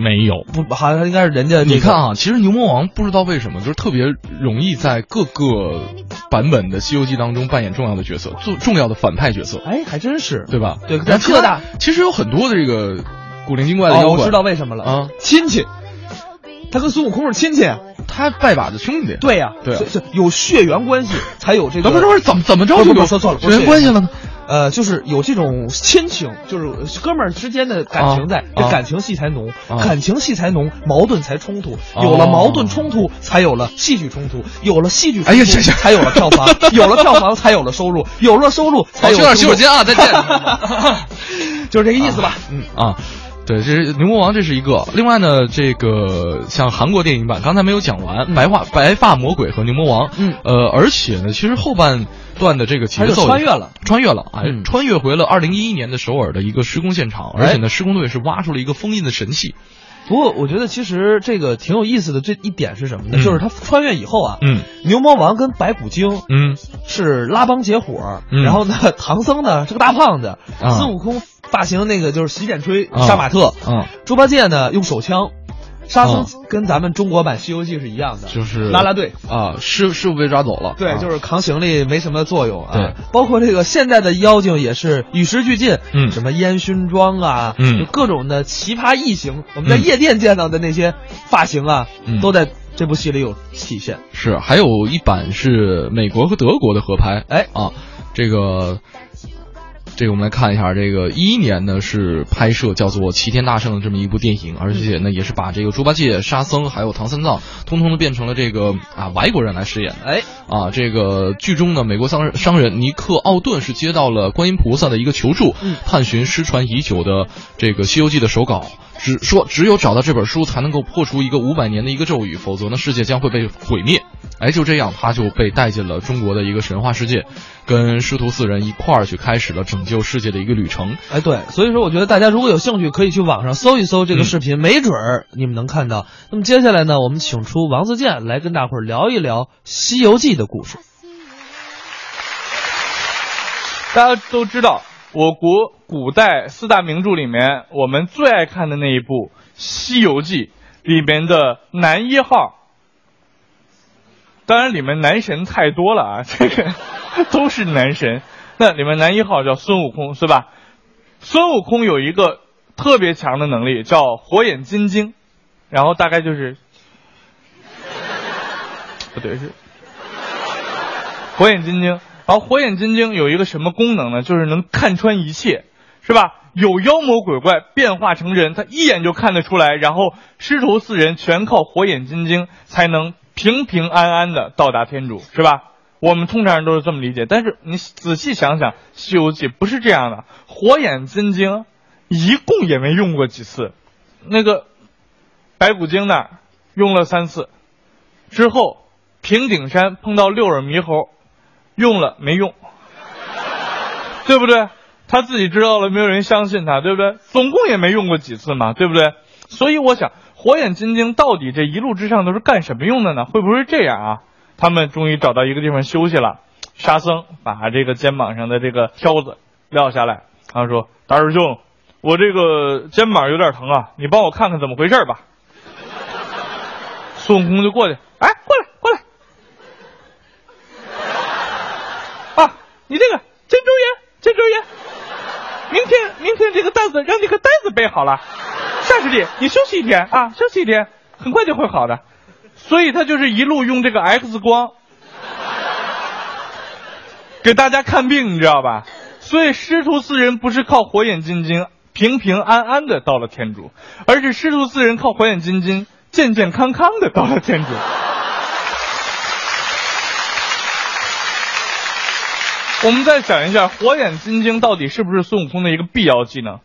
Speaker 1: 没有。
Speaker 2: 不，好像应该是人家、
Speaker 1: 你看，啊，其实牛魔王不知道为什么就是特别容易在各个版本的《西游记》当中扮演重要的角色，重重要的反派角色，
Speaker 2: 哎，还真是
Speaker 1: 对吧？
Speaker 2: 对
Speaker 1: 然后其
Speaker 2: 特
Speaker 1: 他
Speaker 2: 大
Speaker 1: 其实有很多的这个古灵精怪的
Speaker 2: 哦，
Speaker 1: 妖
Speaker 2: 我
Speaker 1: 怪，
Speaker 2: 知道为什么了
Speaker 1: 啊
Speaker 2: 亲戚，他跟孙悟空是亲戚啊。
Speaker 1: 他拜把子兄弟，
Speaker 2: 对呀、
Speaker 1: 对啊
Speaker 2: 所以所以有血缘关系才有这个。
Speaker 1: 咱们这不是怎么怎么着
Speaker 2: 不
Speaker 1: 就
Speaker 2: 不
Speaker 1: 有
Speaker 2: 不说错了，不
Speaker 1: 血
Speaker 2: 是
Speaker 1: 缘关系了呢？
Speaker 2: 呃，就是有这种亲情，就是哥们儿之间的感情在
Speaker 1: 啊，
Speaker 2: 这
Speaker 1: 啊
Speaker 2: 感情戏才浓，
Speaker 1: 啊
Speaker 2: 感情戏才浓，矛盾才冲突，有了矛盾冲突，才有了戏剧冲突，有了戏剧冲
Speaker 1: 哎呀
Speaker 2: 突，
Speaker 1: 行行
Speaker 2: 才有了 票房，有了票房才有了收入，有了收入才
Speaker 1: 我
Speaker 2: 有
Speaker 1: 去哪儿洗
Speaker 2: 收
Speaker 1: 手
Speaker 2: 入
Speaker 1: 间 啊？再见。
Speaker 2: 就是这个意思吧？嗯。
Speaker 1: 啊。对，这是牛魔王，这是一个。另外呢，这个像韩国电影版，刚才没有讲完，白发白发魔鬼和牛魔王，
Speaker 2: 嗯
Speaker 1: 呃，而且呢，其实后半段的这个节
Speaker 2: 它就
Speaker 1: 奏
Speaker 2: 穿越了，
Speaker 1: 穿越了，哎，
Speaker 2: 嗯哎
Speaker 1: 穿越回了二零一一年的首尔的一个施工现场，而且呢，施工队是挖出了一个封印的神器，
Speaker 2: 不过我觉得其实这个挺有意思的，这一点是什么呢？
Speaker 1: 嗯
Speaker 2: 就是他穿越以后啊，
Speaker 1: 嗯
Speaker 2: 牛魔王跟白骨精，
Speaker 1: 嗯，
Speaker 2: 是拉帮结伙，
Speaker 1: 嗯
Speaker 2: 然后呢， 唐僧呢是个大胖子，
Speaker 1: 啊
Speaker 2: 孙悟空发型那个就是洗剪吹，
Speaker 1: 啊
Speaker 2: 杀马特，
Speaker 1: 啊
Speaker 2: 猪八戒呢用手枪，沙僧
Speaker 1: 啊
Speaker 2: 跟咱们中国版《西游记》是一样的，
Speaker 1: 就是
Speaker 2: 拉拉队。
Speaker 1: 啊，师师傅被抓走了，
Speaker 2: 对，
Speaker 1: 啊
Speaker 2: 就是扛行李没什么作用啊。
Speaker 1: 对，
Speaker 2: 包括这个现在的妖精也是与时俱进，
Speaker 1: 嗯
Speaker 2: 什么烟熏妆啊，
Speaker 1: 嗯
Speaker 2: 就各种的奇葩异形，我们在
Speaker 1: 嗯
Speaker 2: 夜店见到的那些发型啊，
Speaker 1: 嗯
Speaker 2: 都在这部戏里有体现。
Speaker 1: 是，还有一版是美国和德国的合拍。
Speaker 2: 哎
Speaker 1: 啊，这个，这个我们来看一下，这个一一年呢是拍摄叫做《齐天大圣》的这么一部电影，而且呢也是把这个猪八戒、沙僧还有唐三藏，通通的变成了这个啊外国人来饰演的。
Speaker 2: 哎，
Speaker 1: 啊，这个剧中呢，美国商人商人尼克奥顿是接到了观音菩萨的一个求助，
Speaker 2: 嗯
Speaker 1: 探寻失传已久的这个《西游记》的手稿，只说只有找到这本书才能够破除一个五百年的一个咒语，否则呢，世界将会被毁灭。哎，就这样，他就被带进了中国的一个神话世界，跟师徒四人一块儿去开始了拯救世界的一个旅程。
Speaker 2: 哎，对，所以说我觉得大家如果有兴趣，可以去网上搜一搜这个视频，没准儿你们能看到。那么接下来呢，我们请出王自健来跟大伙儿聊一聊《西游记》的故事。
Speaker 9: 大家都知道，我国古代四大名著里面，我们最爱看的那一部《西游记》里面的男一号
Speaker 2: 当然里面男神太多了啊， 这个都是男神。那里面男一号叫孙悟空，是吧？孙悟空有一个特别强的能力，叫火眼金睛，然后大概就是， 不对是火眼金睛。然后火眼金睛有一个什么功能呢？就是能看穿一切，是吧？有妖魔鬼怪变化成人，他一眼就看得出来。然后师徒四人全靠火眼金睛才能平平安安的到达天主，是吧？我们通常人都是这么理解，但是你仔细想想，《西游记》不是这样的。火眼金睛一共也没用过几次，那个白骨精那儿用了三次，之后平顶山碰到六耳猕猴，用了没用， 对不对？他自己知道了，没有人相信他，对不对？总共也没用过几次嘛，对不对？所以我想，火眼金睛到底这一路之上都是干什么用的呢？会不会是这样啊？他们终于找到一个地方休息了，沙僧把这个肩膀上的这个挑子撂下来，他说：“大师兄，我这个肩膀有点疼啊，你帮我看看怎么回事吧。”孙悟空就过去，哎，过来，过来，啊，你这个珍珠爷，珍珠爷，明天明天这个单子让这个单子背好了，下师弟你休息一天啊，休息一天，很快就会好的。所以他就是一路用这个 X 光给大家看病，你知道吧？所以师徒四人不是靠火眼金睛平平安安的到了天竺，而是师徒四人靠火眼金睛健健康康的到了天竺。我们再想一下，火眼金睛到底是不是孙悟空的一个必要技能？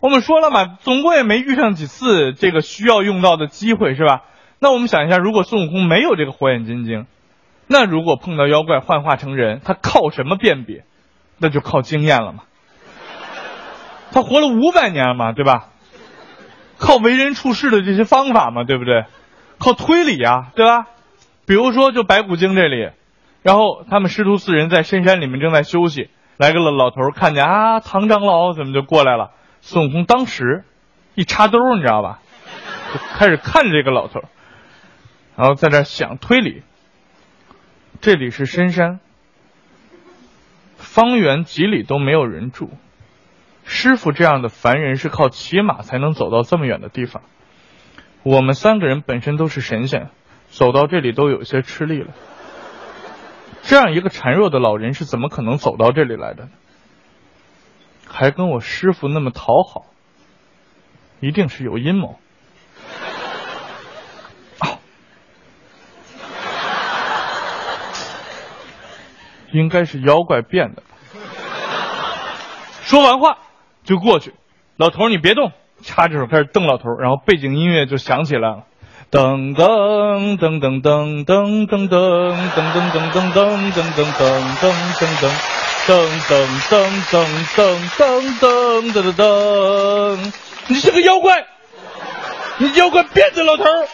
Speaker 2: 我们说了嘛，总共也没遇上几次这个需要用到的机会，是吧？那我们想一下，如果孙悟空没有这个火眼金睛，那如果碰到妖怪幻化成人，他靠什么辨别？那就靠经验了嘛。他活了五百年了嘛，对吧？靠为人处事的这些方法嘛，对不对？靠推理啊，对吧？比如说，就白骨精这里，然后他们师徒四人在深山里面正在休息，来个老头儿看见啊，唐长老怎么就过来了？孙悟空当时一插兜儿，你知道吧？就开始看着这个老头儿，然后在这儿想推理。这里是深山，方圆几里都没有人住。师傅这样的凡人是靠骑马才能走到这么远的地方，我们三个人本身都是神仙，走到这里都有些吃力了。这样一个孱弱的老人是怎么可能走到这里来的呢？还跟我师傅那么讨好，一定是有阴谋。啊，应该是妖怪变的吧。说完话就过去，老头儿你别动，插着手开始瞪老头儿，然后背景音乐就响起来了。噔噔噔噔噔噔噔噔噔噔噔噔噔噔噔噔噔噔噔噔噔噔噔噔噔噔噔噔噔，你是个妖怪，你妖怪变的老头儿，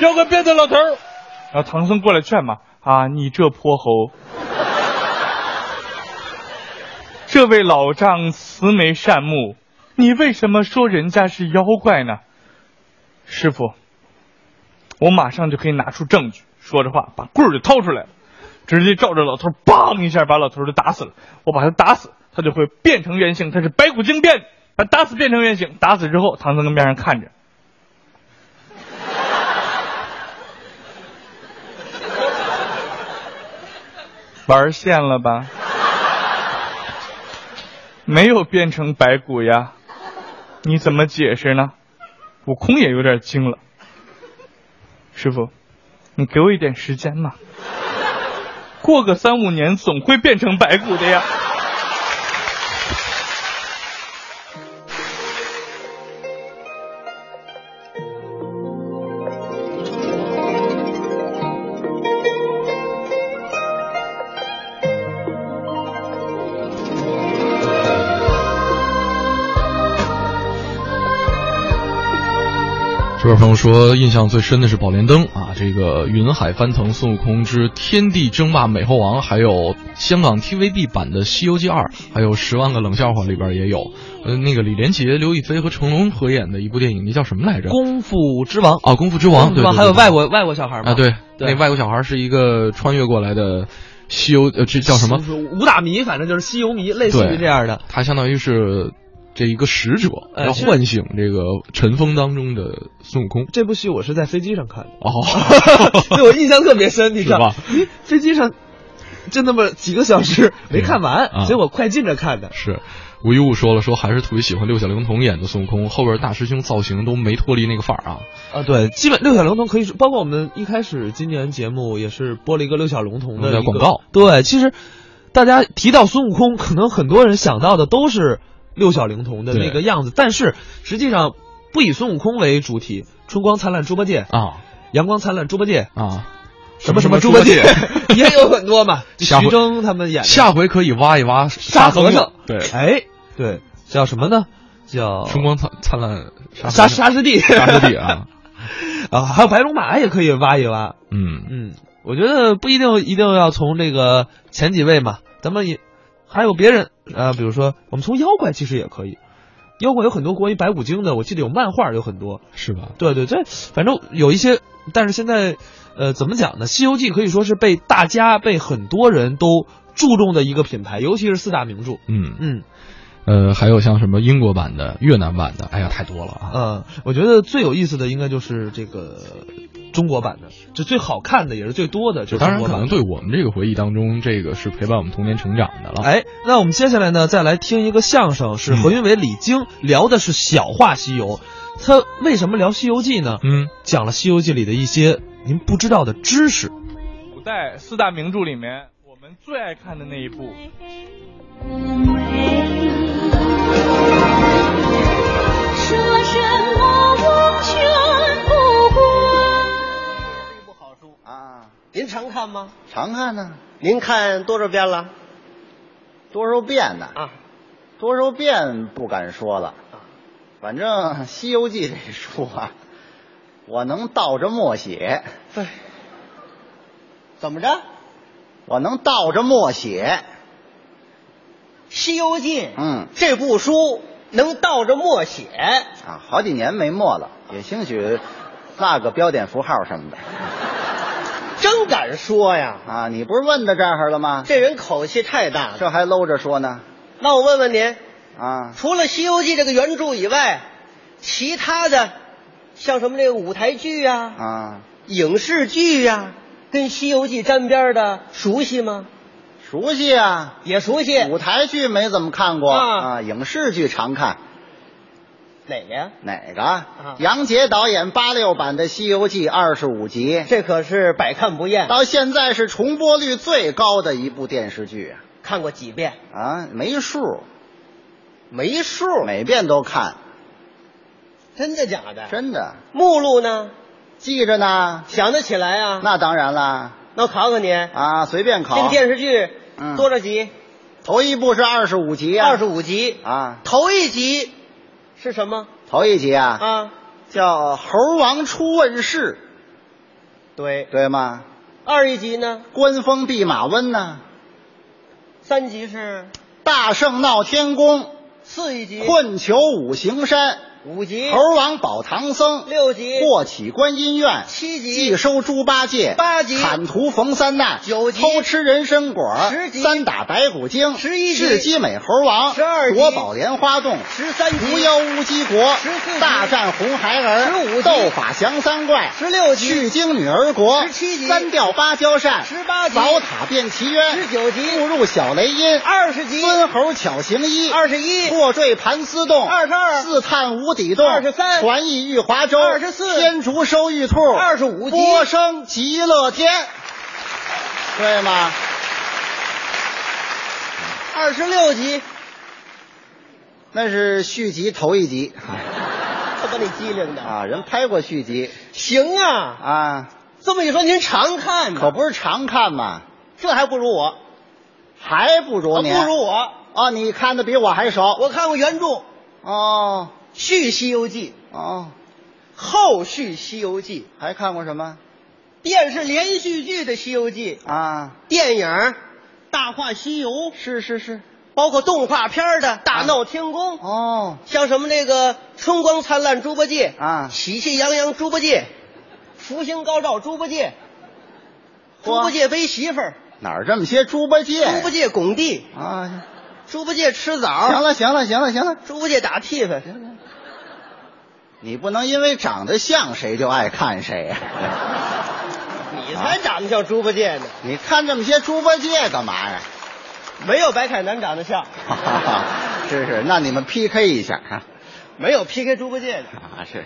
Speaker 2: 妖怪变的老头儿。然后唐僧过来劝嘛，啊，你这泼猴，这位老丈慈眉善目，你为什么说人家是妖怪呢？师傅，我马上就可以拿出证据。说着话，把棍儿就掏出来了，直接照着老头儿，梆一下把老头儿就打死了。我把他打死，他就会变成原形，他是白骨精变的。把打死变成原形，打死之后，唐僧跟边上看着。玩线了吧？没有变成白骨呀，你怎么解释呢？悟空也有点惊了。师傅，你给我一点时间嘛，过个三五年总会变成白骨的呀。
Speaker 1: 这位朋友说，印象最深的是《宝莲灯》啊，这个云海翻腾、孙悟空之天地争霸美猴王，还有香港 TVB 版的《西游记二》，还有《十万个冷笑话》里边也有。呃，那个李连杰、刘亦菲和成龙合演的一部电影，那叫什么来着？
Speaker 2: 功夫之王
Speaker 1: 哦，《功夫之王》对
Speaker 2: 是吧？
Speaker 1: 对
Speaker 2: 还有
Speaker 1: 对
Speaker 2: 外国外国小孩吗？
Speaker 1: 啊，对，
Speaker 2: 对
Speaker 1: 那外国小孩是一个穿越过来的西游，呃，这叫什么
Speaker 2: 就？是武打迷，反正就是西游迷，类似于
Speaker 1: 对
Speaker 2: 这样的。
Speaker 1: 他相当于是这一个使者，
Speaker 2: 呃
Speaker 1: 要
Speaker 2: 是
Speaker 1: 唤醒这个尘封当中的孙悟空。
Speaker 2: 这部戏我是在飞机上看的，
Speaker 1: 哦，
Speaker 2: 对我印象特别深。你知道
Speaker 1: 吧？
Speaker 2: 咦，飞机上就那么几个小时没看完，
Speaker 1: 嗯啊
Speaker 2: 所以我快进着看的。
Speaker 1: 是。吴一物说了，说还是特别喜欢六小龄童演的孙悟空，后边大师兄造型都没脱离那个范儿啊。
Speaker 2: 啊，对，基本六小龄童可以说，包括我们一开始今年节目也是播了一个六小龄童的
Speaker 1: 嗯对
Speaker 2: 一个
Speaker 1: 广告。
Speaker 2: 对，其实大家提到孙悟空，可能很多人想到的都是六小龄童的
Speaker 1: 对
Speaker 2: 那个样子，但是实际上不以孙悟空为主体，春光灿烂猪八戒，
Speaker 1: 啊
Speaker 2: 阳光灿烂猪八戒，
Speaker 1: 啊，
Speaker 2: 什么什么
Speaker 1: 猪
Speaker 2: 猪八
Speaker 1: 戒
Speaker 2: 戒，也有很 多嘛，就
Speaker 1: 下回
Speaker 2: 徐峥他们 演的
Speaker 1: 下回可以挖一挖
Speaker 2: 沙
Speaker 1: 僧
Speaker 2: 和尚，
Speaker 1: 对，
Speaker 2: 哎，对，叫什么呢？叫
Speaker 1: 春光灿灿烂
Speaker 2: 沙
Speaker 1: 沙
Speaker 2: 沙师弟，
Speaker 1: 沙师弟啊，
Speaker 2: 啊，还有白龙马也可以挖一挖。
Speaker 1: 嗯，
Speaker 2: 嗯，我觉得不一定一定要从这个前几位嘛，咱们也还有别人啊、呃比如说我们从妖怪其实也可以，妖怪有很多关于白骨精的，我记得有漫画有很多。
Speaker 1: 是吧？
Speaker 2: 对对对，反正有一些，但是现在呃怎么讲呢？《西游记》可以说是被大家被很多人都注重的一个品牌，尤其是四大名著。
Speaker 1: 嗯，
Speaker 2: 嗯
Speaker 1: 呃，还有像什么英国版的、越南版的，哎呀，太多了啊！
Speaker 2: 呃，我觉得最有意思的应该就是这个中国版的，就最好看的也是最多的，就是
Speaker 1: 当然，
Speaker 2: 中国
Speaker 1: 可
Speaker 2: 版
Speaker 1: 能
Speaker 2: 的
Speaker 1: 对我们这个回忆当中，这个是陪伴我们童年成长的了。
Speaker 2: 哎，那我们接下来呢，再来听一个相声，是何云伟、李菁聊的是小话西游。他为什么聊《西游记》呢？
Speaker 1: 嗯，
Speaker 2: 讲了《西游记》里的一些您不知道的知识。
Speaker 10: 古代四大名著里面，我们最爱看的那一部，
Speaker 4: 说什么无权不管。
Speaker 5: 一部好书，
Speaker 11: 啊，
Speaker 5: 您常看吗？
Speaker 11: 常看呢，
Speaker 5: 您看多少遍了？
Speaker 11: 多少遍呢？
Speaker 5: 啊，
Speaker 11: 多少遍不敢说了。反正《西游记》这书啊，我能倒着默写。
Speaker 5: 哎
Speaker 11: 对，怎么着？我能倒着默写。
Speaker 5: 《西游记》
Speaker 11: 嗯
Speaker 5: 这部书能倒着默写，
Speaker 11: 啊，好几年没默了，也兴许落个标点符号什么的
Speaker 5: 真敢说呀！
Speaker 11: 啊。你不是问到这儿了吗？
Speaker 5: 这人口气太大了。
Speaker 11: 这还搂着说呢
Speaker 5: 那我问问您，
Speaker 11: 啊？
Speaker 5: 除了《西游记》这个原著以外，其他的像什么这个舞台剧呀、
Speaker 11: 啊，
Speaker 5: 影视剧呀、跟《西游记》沾边的熟悉吗？
Speaker 11: 熟悉啊。
Speaker 5: 也熟悉。
Speaker 11: 舞台剧没怎么看过
Speaker 5: 啊
Speaker 11: 啊，影视剧常看。
Speaker 5: 哪个呀？
Speaker 11: 哪个？
Speaker 5: 啊
Speaker 11: 杨洁导演八六版的《西游记》二十五集，
Speaker 5: 这可是百看不厌，
Speaker 11: 到现在是重播率最高的一部电视剧啊！
Speaker 5: 看过几遍？
Speaker 11: 啊，没数，
Speaker 5: 没数。
Speaker 11: 每遍都看，
Speaker 5: 真的假的？
Speaker 11: 真的
Speaker 5: 目录呢？
Speaker 11: 记着呢。
Speaker 5: 想得起来啊？
Speaker 11: 那当然啦，
Speaker 5: 那我考考你，
Speaker 11: 啊，随便
Speaker 5: 这个
Speaker 11: 考。
Speaker 5: 电视剧
Speaker 11: 嗯
Speaker 5: 多少集？
Speaker 11: 头一部是二十五集啊，
Speaker 5: 二十五集。
Speaker 11: 啊，
Speaker 5: 头一集是什么
Speaker 11: 头一集啊，
Speaker 5: 啊？
Speaker 11: 叫《猴王初问世
Speaker 5: 对》，，
Speaker 11: 对吗？
Speaker 5: 二一集呢？
Speaker 11: 官封弼马温呢，
Speaker 5: 三集是
Speaker 11: 大圣闹天宫，
Speaker 5: 四一集，
Speaker 11: 困囚五行山，
Speaker 5: 五集，
Speaker 11: 猴王保唐僧，
Speaker 5: 六集，
Speaker 11: 过起观音院，
Speaker 5: 七集
Speaker 11: 既收猪八戒，
Speaker 5: 八集
Speaker 11: 砍屠冯三难，
Speaker 5: 九集
Speaker 11: 偷吃人参果，
Speaker 5: 十集
Speaker 11: 三打白骨精，
Speaker 5: 十一集
Speaker 11: 智击美猴王，
Speaker 5: 十二集
Speaker 11: 夺宝莲花洞，
Speaker 5: 十三集，
Speaker 11: 狐妖乌鸡国，
Speaker 5: 十四集
Speaker 11: 大战红孩儿，
Speaker 5: 15集
Speaker 11: 斗法降三怪，
Speaker 5: 十六集
Speaker 11: 取经女儿国，
Speaker 5: 17集
Speaker 11: 三吊芭蕉扇，
Speaker 5: 十八集
Speaker 11: 宝塔变奇冤，
Speaker 5: 十九集
Speaker 11: 误入小雷音，
Speaker 5: 二十集，
Speaker 11: 孙猴巧行衣，
Speaker 5: 二十一
Speaker 11: 破坠盘丝洞，
Speaker 5: 二十二
Speaker 11: 四探无底洞，
Speaker 5: 23
Speaker 11: 传艺玉华州，
Speaker 5: 二十四
Speaker 11: 天竺收玉兔，
Speaker 5: 25集
Speaker 11: 波生极乐天，对吗？
Speaker 5: 二十六集，
Speaker 11: 那是续集头一集
Speaker 5: 可把你机灵的。
Speaker 11: 啊，人拍过续集
Speaker 5: 行啊，
Speaker 11: 啊，
Speaker 5: 这么一说您常看呢，
Speaker 11: 可不是常看嘛，
Speaker 5: 这还不如我，
Speaker 11: 还不如
Speaker 5: 啊
Speaker 11: 你，
Speaker 5: 不如我，
Speaker 11: 哦，你看的比我还少，
Speaker 5: 我看过原著《
Speaker 11: 哦
Speaker 5: 续西游记》，
Speaker 11: 哦，
Speaker 5: 后续《西游记》，还看过什么？电视连续剧的《西游记》啊，电影《大话西游》是是是，包括动画片的《大闹天宫》
Speaker 11: 啊
Speaker 5: 哦，像什么那个《春光灿烂猪八戒》啊，《喜气洋洋猪八戒》，《福星高照猪八戒》，猪八戒背媳妇儿，
Speaker 11: 哪儿这么些猪八戒？
Speaker 5: 猪八戒啊拱地，
Speaker 11: 啊！
Speaker 5: 猪八戒吃枣，
Speaker 11: 行了，行了，行了，行了，
Speaker 5: 猪八戒打屁股。
Speaker 11: 你不能因为长得像谁就爱看谁呀、
Speaker 5: 你才长得像猪八戒呢，
Speaker 11: 你看这么些猪八戒干嘛呀？
Speaker 5: 没有白凯南长得像，
Speaker 11: 哈哈哈，真是，那你们 PK 一下啊！
Speaker 5: 没有 PK 猪八戒啊的。
Speaker 11: 啊，是，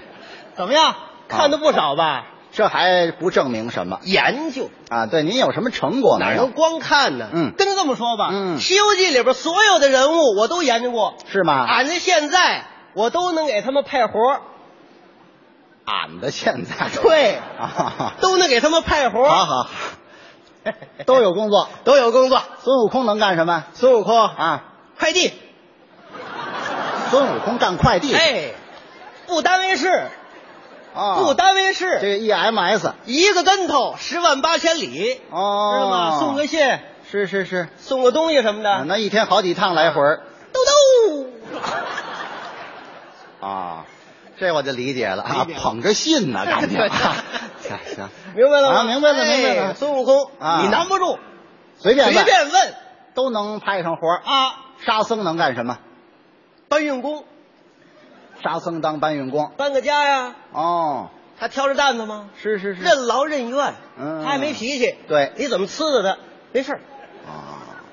Speaker 5: 怎么样？看的不少吧？
Speaker 11: 这还不证明什么
Speaker 5: 研究
Speaker 11: 啊？对您有什么成果
Speaker 5: 哪
Speaker 11: 没
Speaker 5: 能
Speaker 11: 有？
Speaker 5: 光看呢？
Speaker 11: 嗯
Speaker 5: 跟着这么说吧，
Speaker 11: 嗯
Speaker 5: 西游记》里边所有的人物我都研究过，
Speaker 11: 是吗？
Speaker 5: 俺到现在我都能给他们派活儿，
Speaker 11: 俺的现在
Speaker 5: 对
Speaker 11: 啊，
Speaker 5: 都能给他们派活儿，
Speaker 11: 好好，都有工作。
Speaker 5: 都有工作。
Speaker 11: 孙悟空能干什么
Speaker 5: 孙悟空，
Speaker 11: 啊？
Speaker 5: 快递，
Speaker 11: 孙悟空干快递，
Speaker 5: 哎，不单位事，
Speaker 11: 啊，
Speaker 5: 不单位
Speaker 11: 这
Speaker 5: 事，
Speaker 11: 个 E EMS
Speaker 5: 一个跟头十万八千里，
Speaker 11: 哦
Speaker 5: 知道吗？送个信，
Speaker 11: 是是是，
Speaker 5: 送个东西什么
Speaker 11: 啊，
Speaker 5: 的，
Speaker 11: 那一天好几趟来回儿
Speaker 5: 兜兜。
Speaker 11: 啊，这我就理解了啊
Speaker 5: 理解，了
Speaker 11: 捧着 信呢，感觉
Speaker 5: 对
Speaker 11: 行行，
Speaker 5: 明白了吗？
Speaker 11: 啊明白了
Speaker 5: 哎
Speaker 11: 明白了
Speaker 5: 孙悟空，
Speaker 11: 啊
Speaker 5: 你难不住，
Speaker 11: 随便
Speaker 5: 随
Speaker 11: 问
Speaker 5: 便问
Speaker 11: 都能派上活儿。
Speaker 5: 啊，
Speaker 11: 沙僧能干什么？
Speaker 5: 搬运工
Speaker 11: 沙僧当搬运工
Speaker 5: 搬个家呀，
Speaker 11: 哦，
Speaker 5: 他挑着担子吗？
Speaker 11: 是是是，
Speaker 5: 任劳任怨，
Speaker 11: 嗯
Speaker 5: 他也没脾气，
Speaker 11: 对
Speaker 5: 你怎么呲着他？没事儿
Speaker 11: 啊，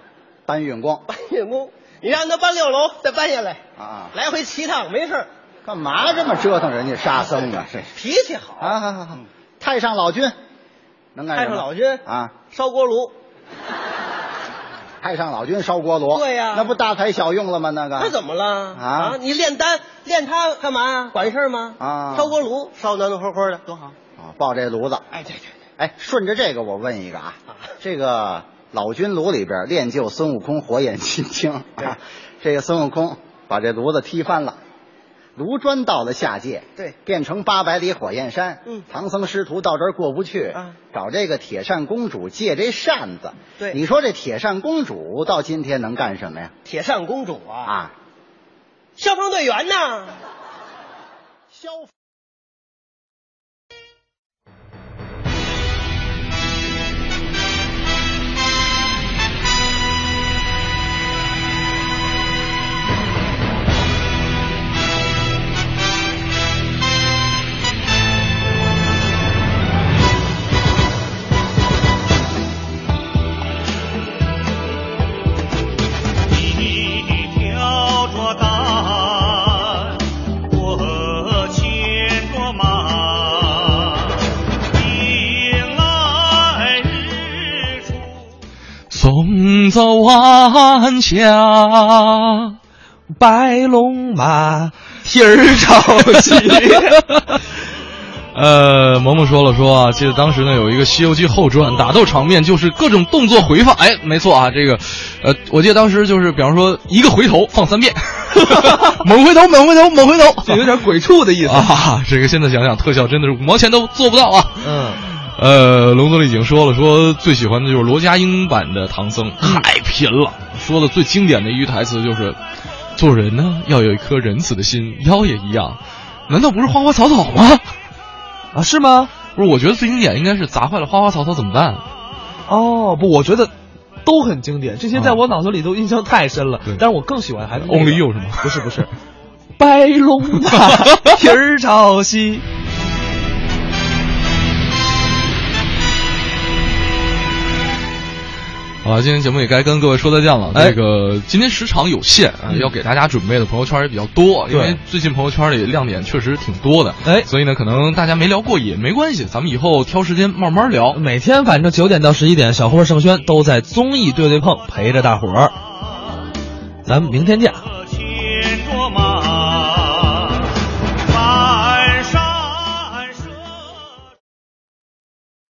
Speaker 11: 搬运工
Speaker 5: 搬运工，你让他搬六楼，再搬下来，
Speaker 11: 啊，
Speaker 5: 来回七趟，没事儿
Speaker 11: 干嘛这么折腾人家沙 僧啊？这
Speaker 5: 脾气好
Speaker 11: 啊，好好好，太上老君能干
Speaker 5: 嗯太
Speaker 11: 什么？
Speaker 5: 上老君
Speaker 11: 啊，
Speaker 5: 烧锅炉，
Speaker 11: 太上老君烧锅炉，
Speaker 5: 对呀
Speaker 11: 那不大材小用了吗？那个
Speaker 5: 那怎么了
Speaker 11: 啊
Speaker 5: 你炼丹炼他干嘛呀？管事儿吗？
Speaker 11: 啊
Speaker 5: 烧锅炉烧暖暖和和的多好。
Speaker 11: 啊，抱这炉子，
Speaker 5: 哎，对对对，
Speaker 11: 哎，顺着这个我问一个啊，这个老君炉里边练就孙悟空火眼金睛啊，这个孙悟空把这炉子踢翻了。卢砖到了下界，
Speaker 5: 对
Speaker 11: 变成八百里火焰山。
Speaker 5: 嗯
Speaker 11: 唐僧师徒到这儿过不去，
Speaker 5: 啊
Speaker 11: 找这个铁扇公主借这扇子。
Speaker 5: 对
Speaker 11: 你说这铁扇公主到今天能干什么呀？
Speaker 5: 铁扇公主啊，
Speaker 11: 啊，
Speaker 5: 消防队员呢？消
Speaker 12: 你挑着担，我牵着马，迎来日出。
Speaker 1: 送走晚霞，
Speaker 2: 白龙马，
Speaker 1: 蹄儿着急。呃，萌萌说了说啊，记得当时呢有一个《西游记后传》打斗场面，就是各种动作回放。哎，没错啊，这个，呃，我记得当时就是，比方说一个回头放三遍，猛回头，猛回头，猛回头，
Speaker 2: 这有点鬼畜的意思。
Speaker 1: 啊，这个现在想想，特效真的是五毛钱都做不到啊。
Speaker 2: 嗯，
Speaker 1: 呃，龙泽丽景说了，说最喜欢的就是罗家英版的唐僧，太贫了。说的最经典的一句台词就是：“做人呢，要有一颗仁慈的心，妖也一样，难道不是花花草草吗
Speaker 2: 啊，是吗？？”
Speaker 1: 不是，我觉得最经典应该是砸坏了花花草草怎么办？
Speaker 2: 哦，不，我觉得都很经典，这些在我脑子里都印象太深了。
Speaker 1: 对
Speaker 2: 但是我更喜欢还是那个
Speaker 1: Only you 是吗
Speaker 2: 不是不 是，白龙 马蹄儿朝西。
Speaker 1: 好了，今天节目也该跟各位说再见了。
Speaker 2: 哎嗯
Speaker 1: 那个今天时长有限啊，要给大家准备的朋友圈也比较多，因为
Speaker 2: 对
Speaker 1: 最近朋友圈里亮点确实挺多的。
Speaker 2: 哎
Speaker 1: 所以呢，可能大家没聊过瘾，没关系，咱们以后挑时间慢慢聊。
Speaker 2: 每天反正九点到十一点，小霍盛轩都在综艺对对碰陪着大伙儿。咱们明天见。啊